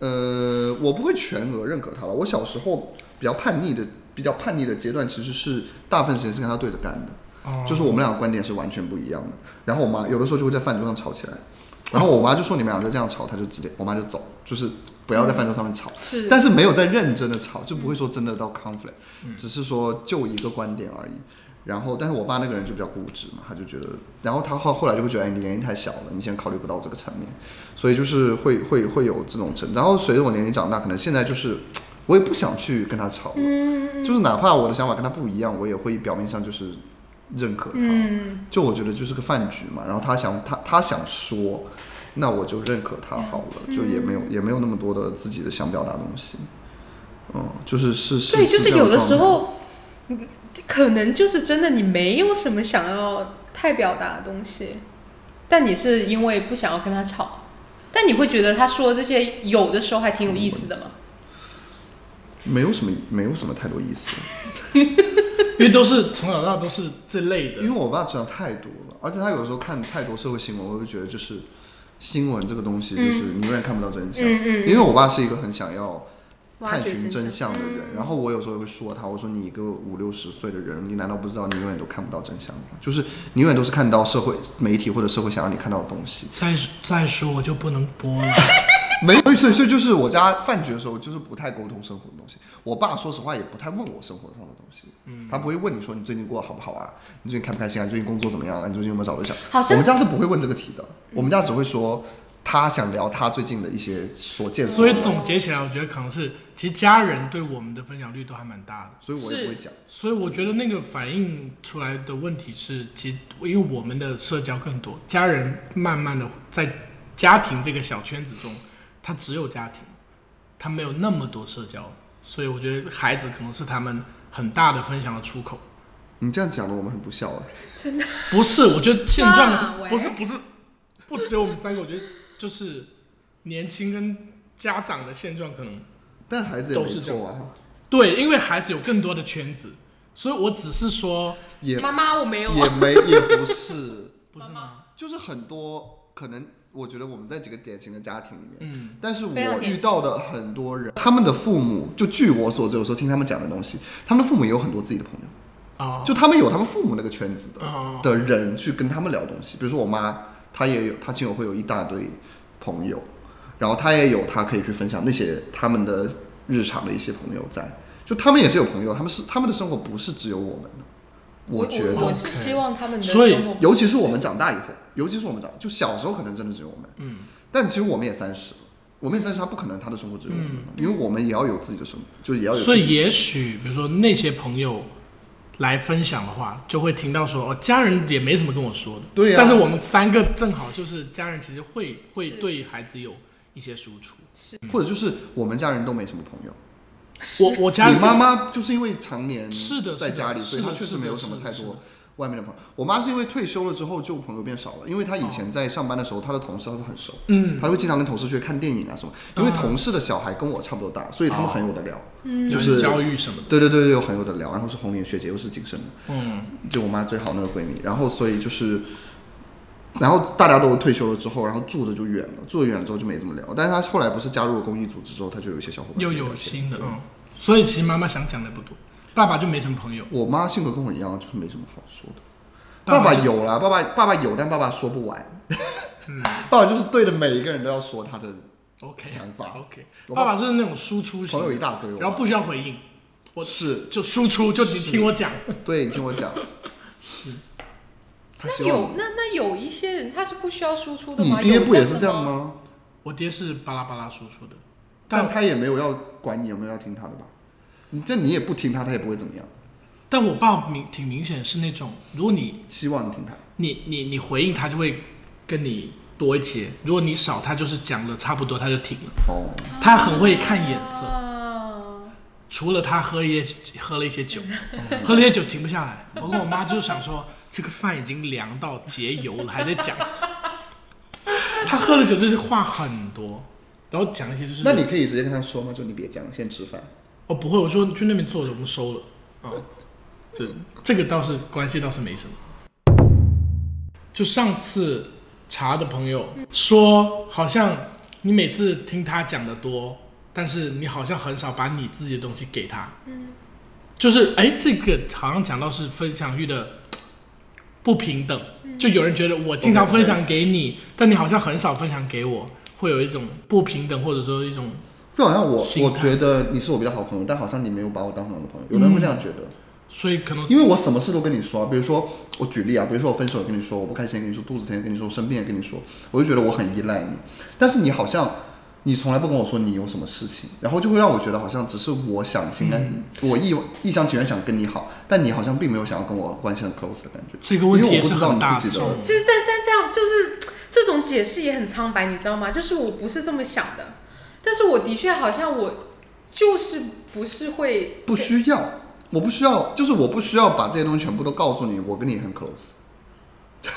Speaker 3: 呃，我不会全额认可他了。我小时候比较叛逆的、比较叛逆的阶段，其实是大部分时间是跟他对着干的。
Speaker 1: 哦
Speaker 3: 就是我们俩观点是完全不一样的。然后我妈有的时候就会在饭桌上吵起来，然后我妈就说你们俩再这样吵，她就直接我妈就走，就是不要在饭桌上面吵。
Speaker 2: 是
Speaker 3: 但是没有在认真的吵，就不会说真的到 conflict，、只是说就一个观点而已。然后，但是我爸那个人就比较固执嘛，他就觉得，然后他后后来就会觉得，哎，你年龄太小了，你现在考虑不到这个层面，所以就是会会会有这种成。然后随着我年龄长大，可能现在就是我也不想去跟他吵了，
Speaker 2: 嗯
Speaker 3: 就是哪怕我的想法跟他不一样，我也会表面上就是认可他。
Speaker 2: 嗯
Speaker 3: 就我觉得就是个饭局嘛，然后他想他他想说，那我就认可他好了，
Speaker 2: 嗯
Speaker 3: 就也没有也没有那么多的自己的想表达的东西，嗯，就是是是，
Speaker 2: 对，就是
Speaker 3: 这样
Speaker 2: 有的
Speaker 3: 状
Speaker 2: 时
Speaker 3: 态
Speaker 2: 候，你可能就是真的你没有什么想要太表达的东西，但你是因为不想要跟他吵，但你会觉得他说这些有的时候还挺有意思的嘛？
Speaker 3: 嗯没有什么没有什么太多意思，
Speaker 1: 因为都是从小到大都是这类的
Speaker 3: 因为，我爸知道太多了，而且他有时候看太多社会新闻，我会觉得就是新闻这个东西就是你永远看不到真相，
Speaker 2: 嗯嗯嗯
Speaker 3: 因为我爸是一个很想要。
Speaker 2: 挖
Speaker 3: 探
Speaker 2: 掘
Speaker 3: 寻真相的人。
Speaker 2: 嗯
Speaker 3: 然后我有时候也会说他，我说你一个五六十岁的人，你难道不知道你永远都看不到真相吗？就是你永远都是看到社会媒体或者社会想让你看到的东西。
Speaker 1: 再再说我就不能播了。
Speaker 3: 没有，所以所以就是我家饭局的时候，就是不太沟通生活的东西。我爸说实话也不太问我生活上的东西，
Speaker 1: 嗯
Speaker 3: 他不会问你说你最近过得好不好啊，你最近开不开心啊，你最近工作怎么样啊，你最近有没有找对象？
Speaker 2: 好
Speaker 3: 我
Speaker 2: 像
Speaker 3: 们家是不会问这个题的，我们家只会说他想聊他最近的一些所 见
Speaker 1: 所
Speaker 3: 所
Speaker 1: 以
Speaker 3: 闻，
Speaker 1: 总结起来，我觉得可能是其实家人对我们的分享率都还蛮大的。
Speaker 3: 所以我也不会讲。
Speaker 1: 所以我觉得那个反映出来的问题是，其实因为我们的社交更多，家人慢慢的在家庭这个小圈子中，他只有家庭，他没有那么多社交，所以我觉得孩子可能是他们很大的分享的出口。
Speaker 3: 你这样讲的我们很不孝啊。
Speaker 1: 不是，我觉得现
Speaker 2: 哇
Speaker 1: 状
Speaker 2: 喂
Speaker 1: 不是不是，不只有我们三个，我觉得就是年轻跟家长的现状可能
Speaker 3: 但孩子也没错啊，
Speaker 1: 对，因为孩子有更多的圈子，所以我只是说
Speaker 3: 也
Speaker 2: 妈妈我没有，啊
Speaker 3: 也没也不是，
Speaker 1: 不是吗？
Speaker 3: 就是很多可能，我觉得我们在几个典型的家庭里面，
Speaker 1: 嗯，
Speaker 3: 但是
Speaker 2: 非常
Speaker 3: 我
Speaker 2: 典型
Speaker 3: 遇到的很多人，他们的父母就据我所知，有时候听他们讲的东西，他们的父母也有很多自己的朋友，
Speaker 1: 啊、
Speaker 3: 就他们有他们父母那个圈子的
Speaker 1: 哦
Speaker 3: 的人去跟他们聊东西，比如说我妈，她也有她亲友会有一大堆朋友，然后她也有她可以去分享那些他们的日常的一些朋友在，就他们也是有朋友，他们是他们的生活不是只有我们的，
Speaker 2: 我
Speaker 3: 觉得
Speaker 2: 我是希望他们的
Speaker 1: 所以
Speaker 2: 生活
Speaker 3: 尤其是我们长大以后，尤其是我们长，就小时候可能真的只有我们，
Speaker 1: 嗯，
Speaker 3: 但其实我们也三十了，我们也三十，他不可能他的生活只有我们了，因为我们也要有自己的生活，就也要有自己
Speaker 1: 嗯
Speaker 3: 的。
Speaker 1: 所以也许比如说那些朋友来分享的话，就会听到说哦，家人也没什么跟我说的。
Speaker 3: 对啊
Speaker 1: 但是我们三个正好就是家人，其实会会
Speaker 2: 是
Speaker 1: 对孩子有一些输出。
Speaker 3: 或者就是我们家人都没什么朋友，
Speaker 1: 我我家
Speaker 3: 你
Speaker 1: 人
Speaker 3: 妈妈就是因为常年
Speaker 1: 是的是的
Speaker 3: 在家里，
Speaker 1: 是
Speaker 3: 所
Speaker 1: 的
Speaker 3: 以她确
Speaker 1: 是
Speaker 3: 实
Speaker 1: 的
Speaker 3: 没有什么
Speaker 1: 是的
Speaker 3: 太
Speaker 1: 是的
Speaker 3: 多外面的朋友。我妈是因为退休了之后就朋友变少了，因为她以前在上班的时候，她的同事她都很熟，
Speaker 1: 嗯，
Speaker 3: 她会经常跟同事去看电影啊什么。因为同事的小孩跟我差不多大，所以他们
Speaker 1: 哦
Speaker 3: 很有的聊，就是
Speaker 1: 教育什么的，
Speaker 3: 对对对对，有很有的聊。然后是红脸学姐，又是谨慎的。
Speaker 1: 嗯，
Speaker 3: 就我妈最好那个闺蜜，然后所以就是，然后大家都退休了之后，然后住的就远了，住的远了之后就没怎么聊。但是她后来不是加入了公益组织之后，她就有一些小伙伴
Speaker 1: 又
Speaker 3: 聊
Speaker 1: 有
Speaker 3: 天
Speaker 1: 新的，
Speaker 3: 对
Speaker 1: 嗯，所以其实妈妈想讲的不多，爸爸就没什么朋友。
Speaker 3: 我妈性格跟我一样，就是没什么好说的。
Speaker 1: 爸
Speaker 3: 爸
Speaker 1: 爸
Speaker 3: 爸
Speaker 1: 就
Speaker 3: 有啦，爸爸爸爸有，但爸爸说不完。 爸爸就是对着每一个人都要说他的
Speaker 1: OK，
Speaker 3: 想法
Speaker 1: ，OK，
Speaker 3: 我
Speaker 1: 爸
Speaker 3: 爸
Speaker 1: 爸就是那种输出型
Speaker 3: 朋友一
Speaker 1: 的，
Speaker 3: 大堆。我
Speaker 1: 然后不需要回应。我
Speaker 3: 是
Speaker 1: 就输出，就你
Speaker 3: 是
Speaker 1: 听我讲。
Speaker 3: 对，你听我讲，是，他
Speaker 2: 那
Speaker 3: 希望
Speaker 2: 有那那有一些人他是不需要输出的
Speaker 3: 你
Speaker 2: 吗？
Speaker 3: 爹
Speaker 2: 有
Speaker 3: 不也
Speaker 2: 样
Speaker 3: 是
Speaker 2: 的
Speaker 3: 这样？吗？
Speaker 1: 我爹是巴拉巴拉输出的，但
Speaker 3: 但他也没有要管你有没有要听他的吧？你这你也不听他，他也不会怎么样。
Speaker 1: 但我爸明挺明显是那种，如果你
Speaker 3: 希望你听他，
Speaker 1: 你你你回应他就会跟你多一些，如果你少，他就是讲的差不多他就停了。
Speaker 3: 哦，
Speaker 1: 他很会看眼色，
Speaker 2: 啊，
Speaker 1: 除了他喝一些喝了一些酒， 喝了一些酒停不下来。我跟我妈就想说，这个饭已经凉到结油了，还在讲。他喝了酒就是话很多，然后讲一些就是
Speaker 3: 那你可以直接跟他说吗？就你别讲，先吃饭。
Speaker 1: 哦不会，我说去那边坐着，我们收了啊、 这这个倒是关系倒是没什么。就上次查的朋友说，好像你每次听他讲的多，但是你好像很少把你自己的东西给他。嗯，就是哎，这个好像讲到是分享欲的不平等，就有人觉得我经常
Speaker 3: OK，OK
Speaker 1: 分享给你，但你好像很少分享给我，会有一种不平等，或者说一种
Speaker 3: 就好像我，
Speaker 1: 心
Speaker 3: 我
Speaker 1: 态嗯
Speaker 3: 觉得你是我比较好朋友，但好像你没有把我当成我的朋友。有人会这样觉得，
Speaker 1: 所以可能
Speaker 3: 因为我什么事都跟你说啊、比如说我举例啊，比如说我分手也跟你说，我不开心也跟你说，肚子疼也跟你说，我生病也跟你说，我就觉得我很依赖你。但是你好像你从来不跟我说你有什么事情，然后就会让我觉得好像只是我想心安，
Speaker 1: 嗯
Speaker 3: 我一一厢情愿想跟你好，但你好像并没有想要跟我关系很 close 的感觉。
Speaker 1: 这个问题也是
Speaker 3: 因为我
Speaker 1: 很
Speaker 3: 不知道
Speaker 1: 大
Speaker 3: 你自己的
Speaker 1: 众。
Speaker 2: 就是但但这样就是这种解释也很苍白，你知道吗？就是我不是这么想的，但是我的确好像我就是不是会
Speaker 3: 不需要，我不需要，就是我不需要把这些东西全部都告诉你，我跟你很 close。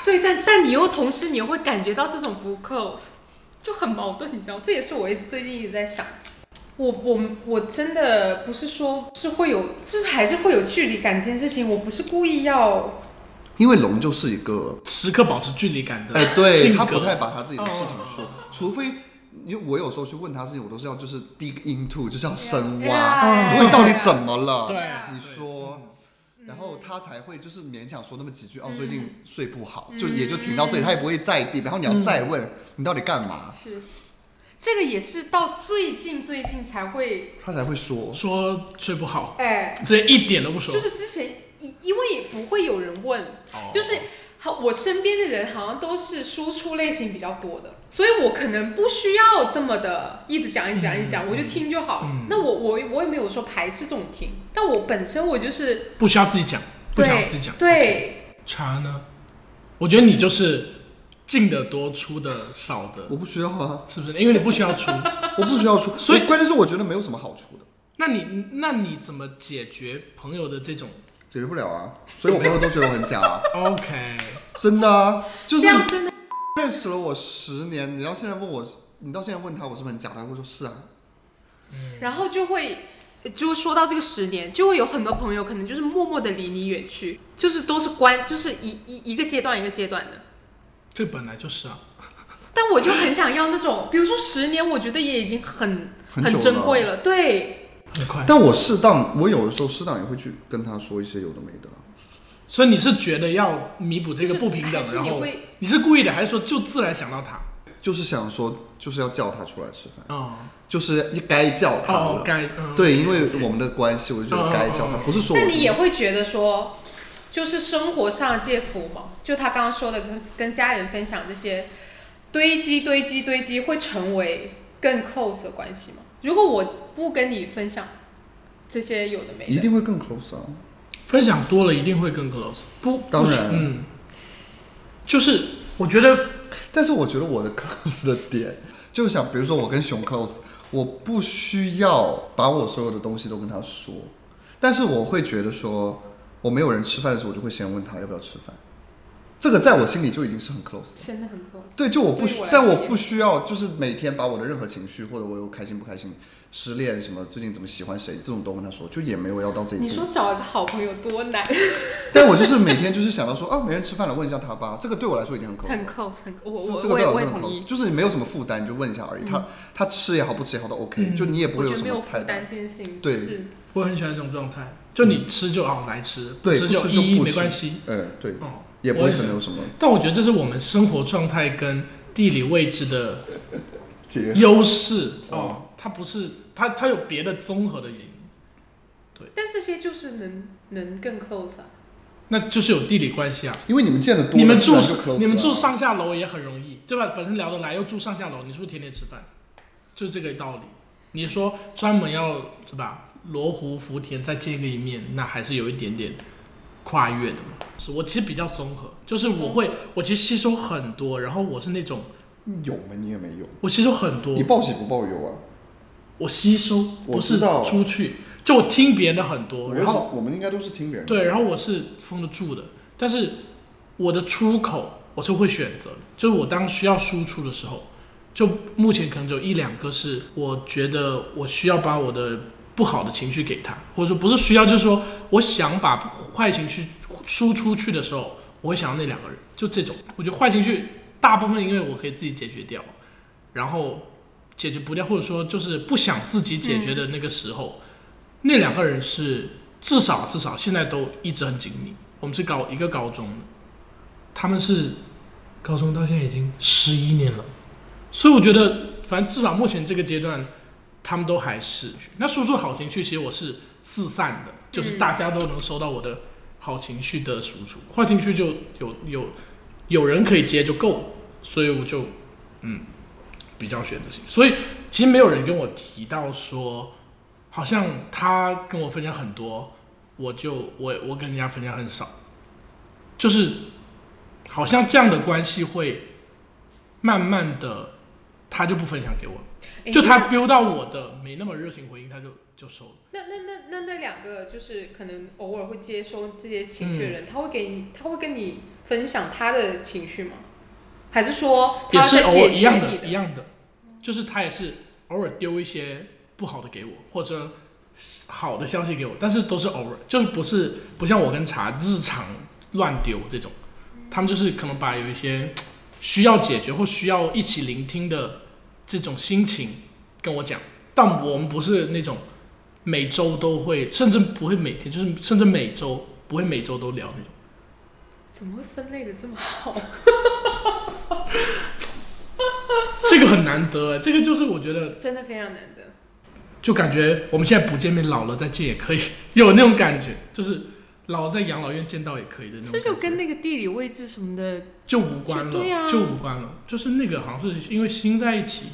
Speaker 2: 对，但但你又同时你又会感觉到这种不 close，就很矛盾，你知道？这也是我一直最近一直在想，我我我真的不是说是会有，就是还是会有距离感这件事情，我不是故意要，
Speaker 3: 因为龙就是一个，
Speaker 1: 时刻保持距离感的
Speaker 3: 哎、对
Speaker 1: 性
Speaker 3: 他
Speaker 1: 格，哦
Speaker 3: 不太把他自己的事情说，除非，因为我有时候去问他事情，我都是要就是 dig into，就是要
Speaker 2: 哎
Speaker 3: 深挖，
Speaker 1: 嗯
Speaker 3: 因为到底怎么了？
Speaker 1: 对
Speaker 3: 你说，然后他才会就是勉强说那么几句，哦，最
Speaker 1: 嗯
Speaker 3: 近睡不好，就也就停到这里，他也不会再 dig，然后你要再问、你到底干嘛，
Speaker 2: 是，这个也是到最近最近才会，
Speaker 3: 他才会说。
Speaker 1: 说睡不好，
Speaker 2: 哎，
Speaker 1: 这一点都不说
Speaker 2: 就。是之前因因为也不会有人问，
Speaker 1: 哦
Speaker 2: 就是好，我身边的人好像都是输出类型比较多的，所以我可能不需要这么的一直讲、一直讲、一直
Speaker 1: 嗯
Speaker 2: 讲，我就听就好了。那我我我也没有说排斥这种听，但我本身我就是
Speaker 1: 不需要自己讲，不
Speaker 2: 对
Speaker 1: 想要自己讲。
Speaker 2: 对，
Speaker 1: 茶呢？我觉得你就是进的多，出的少的，
Speaker 3: 我不需要 啊，
Speaker 1: 是不是？因为你不需要出，
Speaker 3: 我不需要出，
Speaker 1: 所以
Speaker 3: 我关键是我觉得没有什么好处的。
Speaker 1: 那你那你怎么解决朋友的这种
Speaker 3: 解决不了啊，所以我朋友都觉得我很假、啊，
Speaker 1: ？OK，
Speaker 3: 真的啊，就是
Speaker 2: 这样真的
Speaker 3: 认识了我十年，你到现在问我，你到现在问他我是不是很假，他会说是啊，
Speaker 2: 然后就会，就说到这个十年，就会有很多朋友可能就是默默的离你远去，就是都是关，就是一一一个阶段一个阶段的。
Speaker 1: 这本来就是啊，
Speaker 2: 但我就很想要那种，比如说十年，我觉得也已经很
Speaker 3: 很久
Speaker 2: 很珍贵了。
Speaker 3: 了。
Speaker 2: 对，
Speaker 1: 很快。
Speaker 3: 但我适当，我有的时候适当也会去跟他说一些有的没的。
Speaker 1: 所以你是觉得要弥补这个不平
Speaker 2: 就
Speaker 1: 等，
Speaker 2: 是还
Speaker 1: 然
Speaker 2: 是你
Speaker 1: 后
Speaker 2: 会
Speaker 1: 你是故意的，还是说就自然想到他？
Speaker 3: 就是想说，就是要叫他出来吃饭，
Speaker 1: 哦
Speaker 3: 就是一该叫他
Speaker 1: 哦，
Speaker 3: 了。
Speaker 1: 该嗯
Speaker 3: 对，因为我们的关系，我就觉得该
Speaker 2: 哦
Speaker 3: 叫他，不是说我
Speaker 2: 但你也会觉得说，就是生活上这些福嘛，就他刚刚说的跟跟家人分享这些堆积堆积堆积，会成为更 close 的关系吗？如果我不跟你分享这些有的没
Speaker 3: 一
Speaker 2: 的，
Speaker 3: 定会更 close 啊。
Speaker 1: 分享多了一定会更 close，不，不
Speaker 3: 当
Speaker 1: 是
Speaker 3: 然
Speaker 1: 嗯，就是我觉得
Speaker 3: 但是我觉得我的 close 的点，就是想，比如说我跟熊 close，我不需要把我所有的东西都跟他说，但是我会觉得说，我没有人吃饭的时候，我就会先问他要不要吃饭，这个在我心里就已经是很 close 的。
Speaker 2: 真的很 close。
Speaker 3: 对，就我不需
Speaker 2: 对我，来说
Speaker 3: 但
Speaker 2: 也
Speaker 3: 我不需要，就是每天把我的任何情绪，或者我有开心不开心、失恋什么，最近怎么喜欢谁，这种都跟他说，就也没有要到这一步。
Speaker 2: 你说找一个好朋友多难，
Speaker 3: 但我就是每天就是想到说，啊，没人吃饭了，问一下他吧，这个对我来说已经很 close 了
Speaker 2: 很 close，很我
Speaker 3: 是
Speaker 2: 我
Speaker 3: 这个
Speaker 2: 我
Speaker 3: 对
Speaker 2: 也
Speaker 3: 我
Speaker 2: 我也
Speaker 3: 真的很
Speaker 2: 同
Speaker 3: close，
Speaker 2: 意，嗯
Speaker 3: 就是你没有什么负担，你就问一下而已。他他吃也好，不吃也好都 OK，、
Speaker 1: 嗯
Speaker 3: 就你也不
Speaker 2: 我
Speaker 3: 会
Speaker 2: 觉得
Speaker 3: 什
Speaker 2: 没有
Speaker 3: 么
Speaker 2: 负
Speaker 3: 太大。
Speaker 2: 担这件事情
Speaker 3: 对
Speaker 2: 是
Speaker 1: 我很喜欢这种状态，就你吃就哦来吃，
Speaker 3: 嗯对
Speaker 1: 吃
Speaker 3: 不
Speaker 1: 就
Speaker 3: 吃就
Speaker 1: 一
Speaker 3: 不
Speaker 1: 没
Speaker 3: 吃
Speaker 1: 关系，
Speaker 3: 嗯，对，
Speaker 1: 哦，
Speaker 3: 也不
Speaker 1: 我
Speaker 3: 会
Speaker 1: 也
Speaker 3: 真的
Speaker 1: 是
Speaker 3: 有什么
Speaker 1: 但我觉得这是我们生活状态跟地理位置的
Speaker 3: 结。哦
Speaker 1: 优势哦，它不是它它有别的综合的原因，
Speaker 2: 但这些就是能能更 close 啊。
Speaker 1: 那就是有地理关系啊。
Speaker 3: 因为你们见的多了，
Speaker 1: 你们住
Speaker 3: 自然就 close
Speaker 1: 你们住
Speaker 3: 了
Speaker 1: 上下楼也很容易，对吧？本身聊得来，又住上下楼，你是不是天天吃饭？就这个道理。你说专门要是吧，罗湖、福田再见个一面，那还是有一点点跨越的嘛。是我其实比较综合，就是我会，
Speaker 3: 嗯
Speaker 1: 我其实吸收很多，然后我是那种
Speaker 3: 有吗？你也没有，
Speaker 1: 我吸收很多
Speaker 3: 你，报喜不报忧啊？
Speaker 1: 我吸收
Speaker 3: 我
Speaker 1: 不是
Speaker 3: 知道
Speaker 1: 出去，就我听别人的很多，
Speaker 3: 我
Speaker 1: 然后
Speaker 3: 我们应该都是听别人的
Speaker 1: 对，然后我是封得住的，但是我的出口我是会选择的，就是我当需要输出的时候，就目前可能只有一两个是我觉得我需要把我的不好的情绪给他，或者说不是需要，就是说我想把坏情绪输出去的时候，我会想到那两个人，就这种，我觉得坏情绪大部分因为我可以自己解决掉，然后解决不掉，或者说就是不想自己解决的那个时候，那两个人是至少至少现在都一直很紧密。我们是高一个高中的，他们是高中到现在已经十一年了，所以我觉得反正至少目前这个阶段，他们都还是那输出好情绪，其实我是四散的，就是
Speaker 2: 嗯
Speaker 1: 大家都能收到我的好情绪的输出，坏情绪就有有有人可以接就够了，所以我就嗯比较选择性，所以其实没有人跟我提到说。好像他跟我分享很多，我就我我跟人家分享很少，就是好像这样的关系会慢慢的，他就不分享给我了，
Speaker 2: 诶
Speaker 1: 就他 feel 到我的没那么热情回应，他就就收了。
Speaker 2: 那那那那那两个就是可能偶尔会接收这些情绪的
Speaker 1: 嗯
Speaker 2: 人，他会给你，他会跟你分享他的情绪吗？还是说
Speaker 1: 也
Speaker 2: 他
Speaker 1: 是
Speaker 2: 在
Speaker 1: 偶尔
Speaker 2: 解
Speaker 1: 一
Speaker 2: 决
Speaker 1: 样
Speaker 2: 你
Speaker 1: 的，一样的，就是他也是偶尔丢一些不好的给我，或者好的消息给我，但是都是偶尔，就是不是不像我跟茶日常乱丢这种，他们就是可能把有一些需要解决或需要一起聆听的这种心情跟我讲，但我们不是那种每周都会，甚至不会每天，就是甚至每周不会每周都聊那种。
Speaker 2: 怎么会分类的这么好？
Speaker 1: 这个很难得，哎这个就是我觉得
Speaker 2: 真的非常难得。
Speaker 1: 就感觉我们现在不见面，老了再见也可以，有那种感觉，就是老了在养老院见到也可以的那种
Speaker 2: 这
Speaker 1: 感觉。
Speaker 2: 就跟那个地理位置什么的，
Speaker 1: 就无关了，
Speaker 2: 对啊
Speaker 1: 就无关了，就是那个好像是因为心在一起，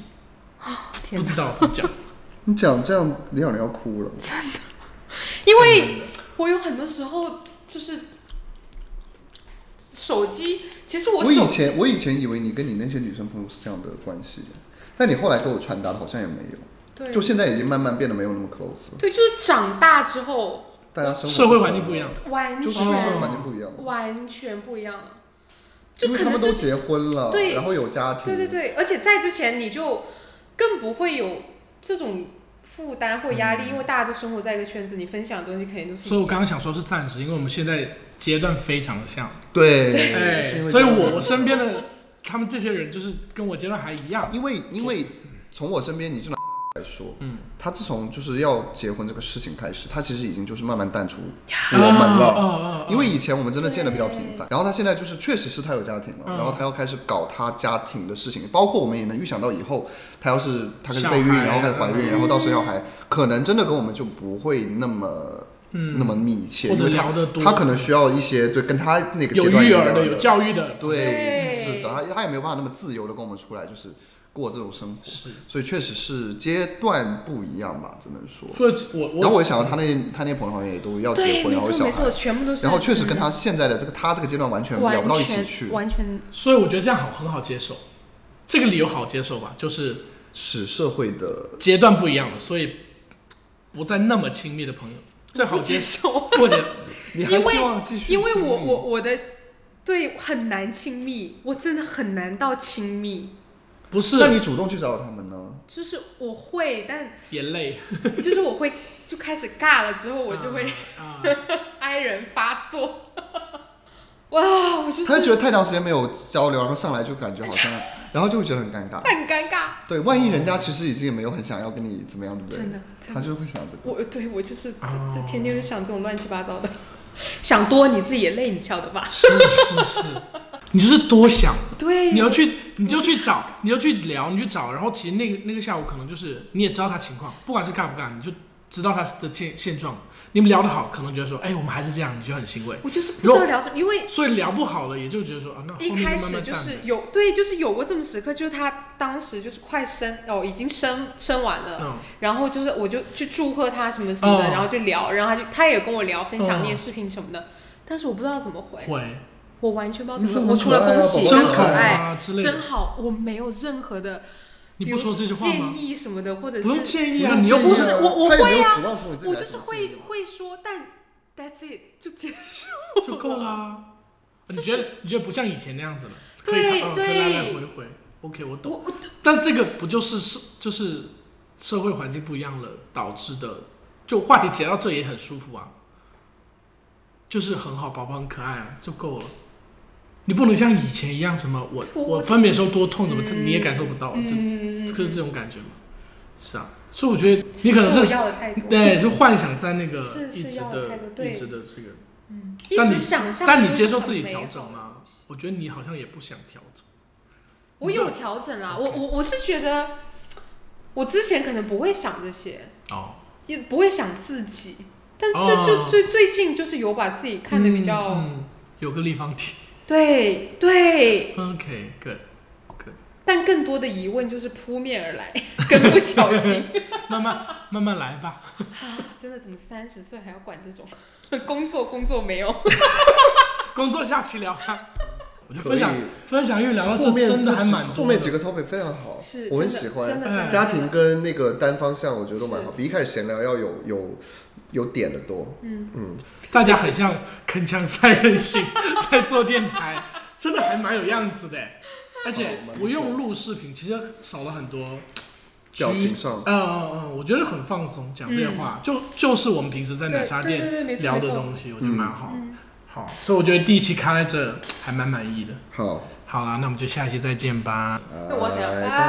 Speaker 2: 天
Speaker 1: 不
Speaker 2: 哪！
Speaker 1: 知道怎么讲。
Speaker 3: 你讲这样，李小玲要哭了。
Speaker 2: 因为我有很多时候就是手机，其实我
Speaker 3: 我以
Speaker 2: 手
Speaker 3: 前我以前以为你跟你那些女生朋友是这样的关系，但你后来给我传达的好像也没有，
Speaker 2: 对
Speaker 3: 就现在已经慢慢变得没有那么 close 了。
Speaker 2: 对，就是长大之后
Speaker 3: 大家 生活
Speaker 1: 社会环境不一，样，
Speaker 2: 完
Speaker 3: 就
Speaker 2: 全
Speaker 3: 是因为社会环境不一样，
Speaker 2: 完全不一样了，就
Speaker 3: 因为
Speaker 2: 可
Speaker 3: 他
Speaker 2: 能
Speaker 3: 们都
Speaker 2: 是
Speaker 3: 结婚了，
Speaker 2: 对
Speaker 3: 然后有家庭，
Speaker 2: 对对对，而且在之前你就更不会有这种负担或压力，
Speaker 3: 嗯
Speaker 2: 因为大家都生活在一个圈子，你分享的东西肯定都是
Speaker 1: 所以我刚刚想说是暂时，因为我们现在阶段非常像，
Speaker 3: 对是因
Speaker 1: 哎，
Speaker 3: 为
Speaker 1: 所以
Speaker 3: 这样
Speaker 1: 我我身边的他们这些人就是跟我阶段还一样，
Speaker 3: 因为因为从我身边，你就拿来说，
Speaker 1: 嗯，
Speaker 3: 他自从就是要结婚这个事情开始，他其实已经就是慢慢淡出我们了。
Speaker 1: 啊啊啊
Speaker 3: 因为以前我们真的见的比较频繁，然后他现在就是确实是他有家庭了，
Speaker 1: 嗯
Speaker 3: 然后他要开始搞他家庭的事情，包括我们也能预想到以后他要是他开始
Speaker 1: 小
Speaker 3: 备孕，
Speaker 1: 孩
Speaker 3: 然后开始怀孕，
Speaker 1: 嗯
Speaker 3: 然后到时候要孩，可能真的跟我们就不会那么
Speaker 1: 嗯
Speaker 3: 那，么密切，
Speaker 1: 或
Speaker 3: 因
Speaker 1: 者
Speaker 3: 为他
Speaker 1: 聊得多，
Speaker 3: 他可能需要一些对跟他那个
Speaker 1: 有
Speaker 3: 阶段一
Speaker 1: 育
Speaker 3: 样
Speaker 1: 儿的，有
Speaker 3: 的
Speaker 1: 教育的，
Speaker 3: 对，
Speaker 2: 对
Speaker 3: 是的，他他也没有办法那么自由的跟我们出来，就是过这种生活，
Speaker 1: 是。
Speaker 3: 所以确实是阶段不一样吧，只能说。
Speaker 1: 所以我我
Speaker 3: 然后我也想到他那他那些朋友好像也都要结
Speaker 2: 对，
Speaker 3: 婚，
Speaker 2: 没
Speaker 3: 然后有
Speaker 2: 错
Speaker 3: 小
Speaker 2: 没
Speaker 3: 孩
Speaker 2: 错，，全部都是嗯
Speaker 3: 然后确实跟他现在的这个他这个阶段完全聊不到一起去，
Speaker 2: 完全
Speaker 1: 所以我觉得这样好很好接受，这个理由好接受吧，就是
Speaker 3: 使社会的
Speaker 1: 阶段不一样了，所以不再那么亲密的朋友，这好
Speaker 2: 不接
Speaker 1: 接受。
Speaker 2: 受。
Speaker 1: 或者
Speaker 3: 你还希望继续
Speaker 2: 因为
Speaker 3: 亲密
Speaker 2: 我我我的对很难亲密，我真的很难到亲密，
Speaker 1: 不
Speaker 3: 那
Speaker 1: 是
Speaker 3: 你主动去找他们呢？
Speaker 2: 就是我会，但
Speaker 1: 眼泪，
Speaker 2: 就是我会就开始尬了之后，我就会
Speaker 1: 啊，
Speaker 2: 哀人发作。 哇，我就是
Speaker 3: 他就觉得太长时间没有交流，然后上来就感觉好像，然后就会觉得很尴尬。
Speaker 2: 很尴尬，
Speaker 3: 对，万一人家其实已经也没有很想要跟你怎么样，对不对
Speaker 2: 真？的真
Speaker 3: 他
Speaker 2: 的，
Speaker 3: 就会想这个。
Speaker 2: 我对我就是这
Speaker 1: 哦
Speaker 2: 这天天就想这种乱七八糟的，想多你自己也累，你晓得吧？
Speaker 1: 是是是，你就是多想，
Speaker 2: 对，
Speaker 1: 你要去你就去找，你就去聊，你去找，然后其实那个那个下午可能就是你也知道他情况，不管是尬不尬，你就知道他的现现状，你们聊得好，可能觉得说，哎，我们还是这样，你就很欣慰。
Speaker 2: 我就是不知道聊什么，因为
Speaker 1: 所以聊不好了，也就觉得说，啊，那后
Speaker 2: 一
Speaker 1: 面
Speaker 2: 开
Speaker 1: 慢
Speaker 2: 始
Speaker 1: 慢
Speaker 2: 就
Speaker 1: 淡
Speaker 2: 是有对，就是有过这么时刻，就是他当时就是快生哦，已经生生完了，
Speaker 1: 嗯
Speaker 2: 然后就是我就去祝贺他什么什么的，
Speaker 1: 哦
Speaker 2: 然后就聊，然后他就他也跟我聊分享
Speaker 1: 哦
Speaker 2: 那些视频什么的，但是我不知道怎么回，
Speaker 1: 会
Speaker 2: 我完全不知道
Speaker 3: 你
Speaker 2: 怎么
Speaker 3: 说
Speaker 2: 回，我
Speaker 3: 很
Speaker 2: 除
Speaker 3: 可
Speaker 2: 了
Speaker 3: 爱啊
Speaker 2: 恭喜
Speaker 1: 真好
Speaker 2: 跟可
Speaker 3: 宝真贝好
Speaker 2: 哦爱，
Speaker 1: 啊之类
Speaker 2: 真
Speaker 1: 的，
Speaker 2: 好，我没有任何的，
Speaker 1: 你
Speaker 2: 比
Speaker 1: 不
Speaker 2: 如
Speaker 1: 说这句话吗
Speaker 2: 建？议什么的，或者
Speaker 1: 不用
Speaker 2: 是
Speaker 1: 建议
Speaker 3: 不
Speaker 1: 啊，
Speaker 3: 用
Speaker 1: 你又不
Speaker 2: 建议
Speaker 1: 是
Speaker 2: 啊我我
Speaker 3: 他也没有
Speaker 2: 会啊
Speaker 3: 指望从你这里
Speaker 2: 我
Speaker 3: 来
Speaker 2: 就是
Speaker 3: 什么
Speaker 2: 会
Speaker 3: 建议
Speaker 2: 会说，但 that's it 就结束
Speaker 1: 就够了啊。你
Speaker 2: 就是
Speaker 1: 觉得你觉得不像以前那样子了？
Speaker 2: 对
Speaker 1: 可以讨，嗯可以来来
Speaker 2: 对
Speaker 1: 回回。OK，我懂。
Speaker 2: 我我
Speaker 1: 但这个不就是社就是社会环境不一样了导致的？就话题结到这也很舒服啊，就是很好，宝宝很可爱啊，就够了。你不能像以前一样，什么我
Speaker 2: 我
Speaker 1: 我分娩时候多痛，怎么、
Speaker 2: 嗯
Speaker 1: 你也感受不到，
Speaker 2: 嗯，
Speaker 1: 这就是这种感觉嘛。是啊，所以我觉得你可能
Speaker 2: 我
Speaker 1: 是
Speaker 2: 要的太多，
Speaker 1: 对，就幻想在那个
Speaker 2: 是是
Speaker 1: 一直
Speaker 2: 要
Speaker 1: 的
Speaker 2: 态度对
Speaker 1: 一直的这个，
Speaker 2: 一
Speaker 1: 但
Speaker 2: 直
Speaker 1: 你
Speaker 2: 想象，
Speaker 1: 但你接受自己调整？吗？我觉得你好像也不想调整。
Speaker 2: 我有调整啦，我
Speaker 1: OK
Speaker 2: 我我是觉得，我之前可能不会想这些，
Speaker 1: 哦，
Speaker 2: 也不会想自己，但最
Speaker 1: 哦
Speaker 2: 就最最近就是有把自己看得比较、
Speaker 1: 嗯有个立方 体。
Speaker 2: 对对，
Speaker 1: OK，good、
Speaker 2: 但更多的疑问就是扑面而来，跟不小心，
Speaker 1: 慢慢慢慢来吧。
Speaker 2: 真的怎么三十岁还要管这种 工作工作没有？
Speaker 1: 工作下期聊吧。 我觉得
Speaker 3: 可以
Speaker 1: 分享分享欲聊到这
Speaker 3: 后面
Speaker 1: 真的还蛮多的
Speaker 3: 后面几个 topic 非常好，
Speaker 2: 是，
Speaker 3: 我很
Speaker 2: 真的
Speaker 3: 喜
Speaker 2: 真的
Speaker 3: 欢。
Speaker 2: 真的
Speaker 3: 家
Speaker 2: 真的
Speaker 3: 庭跟那个单方向，我觉得都蛮
Speaker 2: 是
Speaker 3: 好，比一开始闲聊要有有有点的多。
Speaker 2: 嗯
Speaker 3: 嗯，
Speaker 1: 大家很像铿锵三人行 在做电台，真的还蛮有样子的。而且
Speaker 3: 哦蛮不错
Speaker 1: 不用录视频，其实少了很多
Speaker 3: 表
Speaker 1: 拘
Speaker 3: 情上
Speaker 1: 嗯嗯嗯，我觉得很放松，讲这些话、就就是我们平时在奶茶
Speaker 2: 嗯对对
Speaker 1: 店
Speaker 2: 对对没错
Speaker 1: 聊
Speaker 2: 没
Speaker 1: 的
Speaker 2: 错
Speaker 1: 东西，我觉得蛮好、
Speaker 2: 嗯
Speaker 1: 好，所以我觉得第一期开在这还蛮满意的。
Speaker 3: 好，
Speaker 1: 好啦，那我们就下一期再见吧。
Speaker 2: 那我想
Speaker 3: 来
Speaker 2: 拜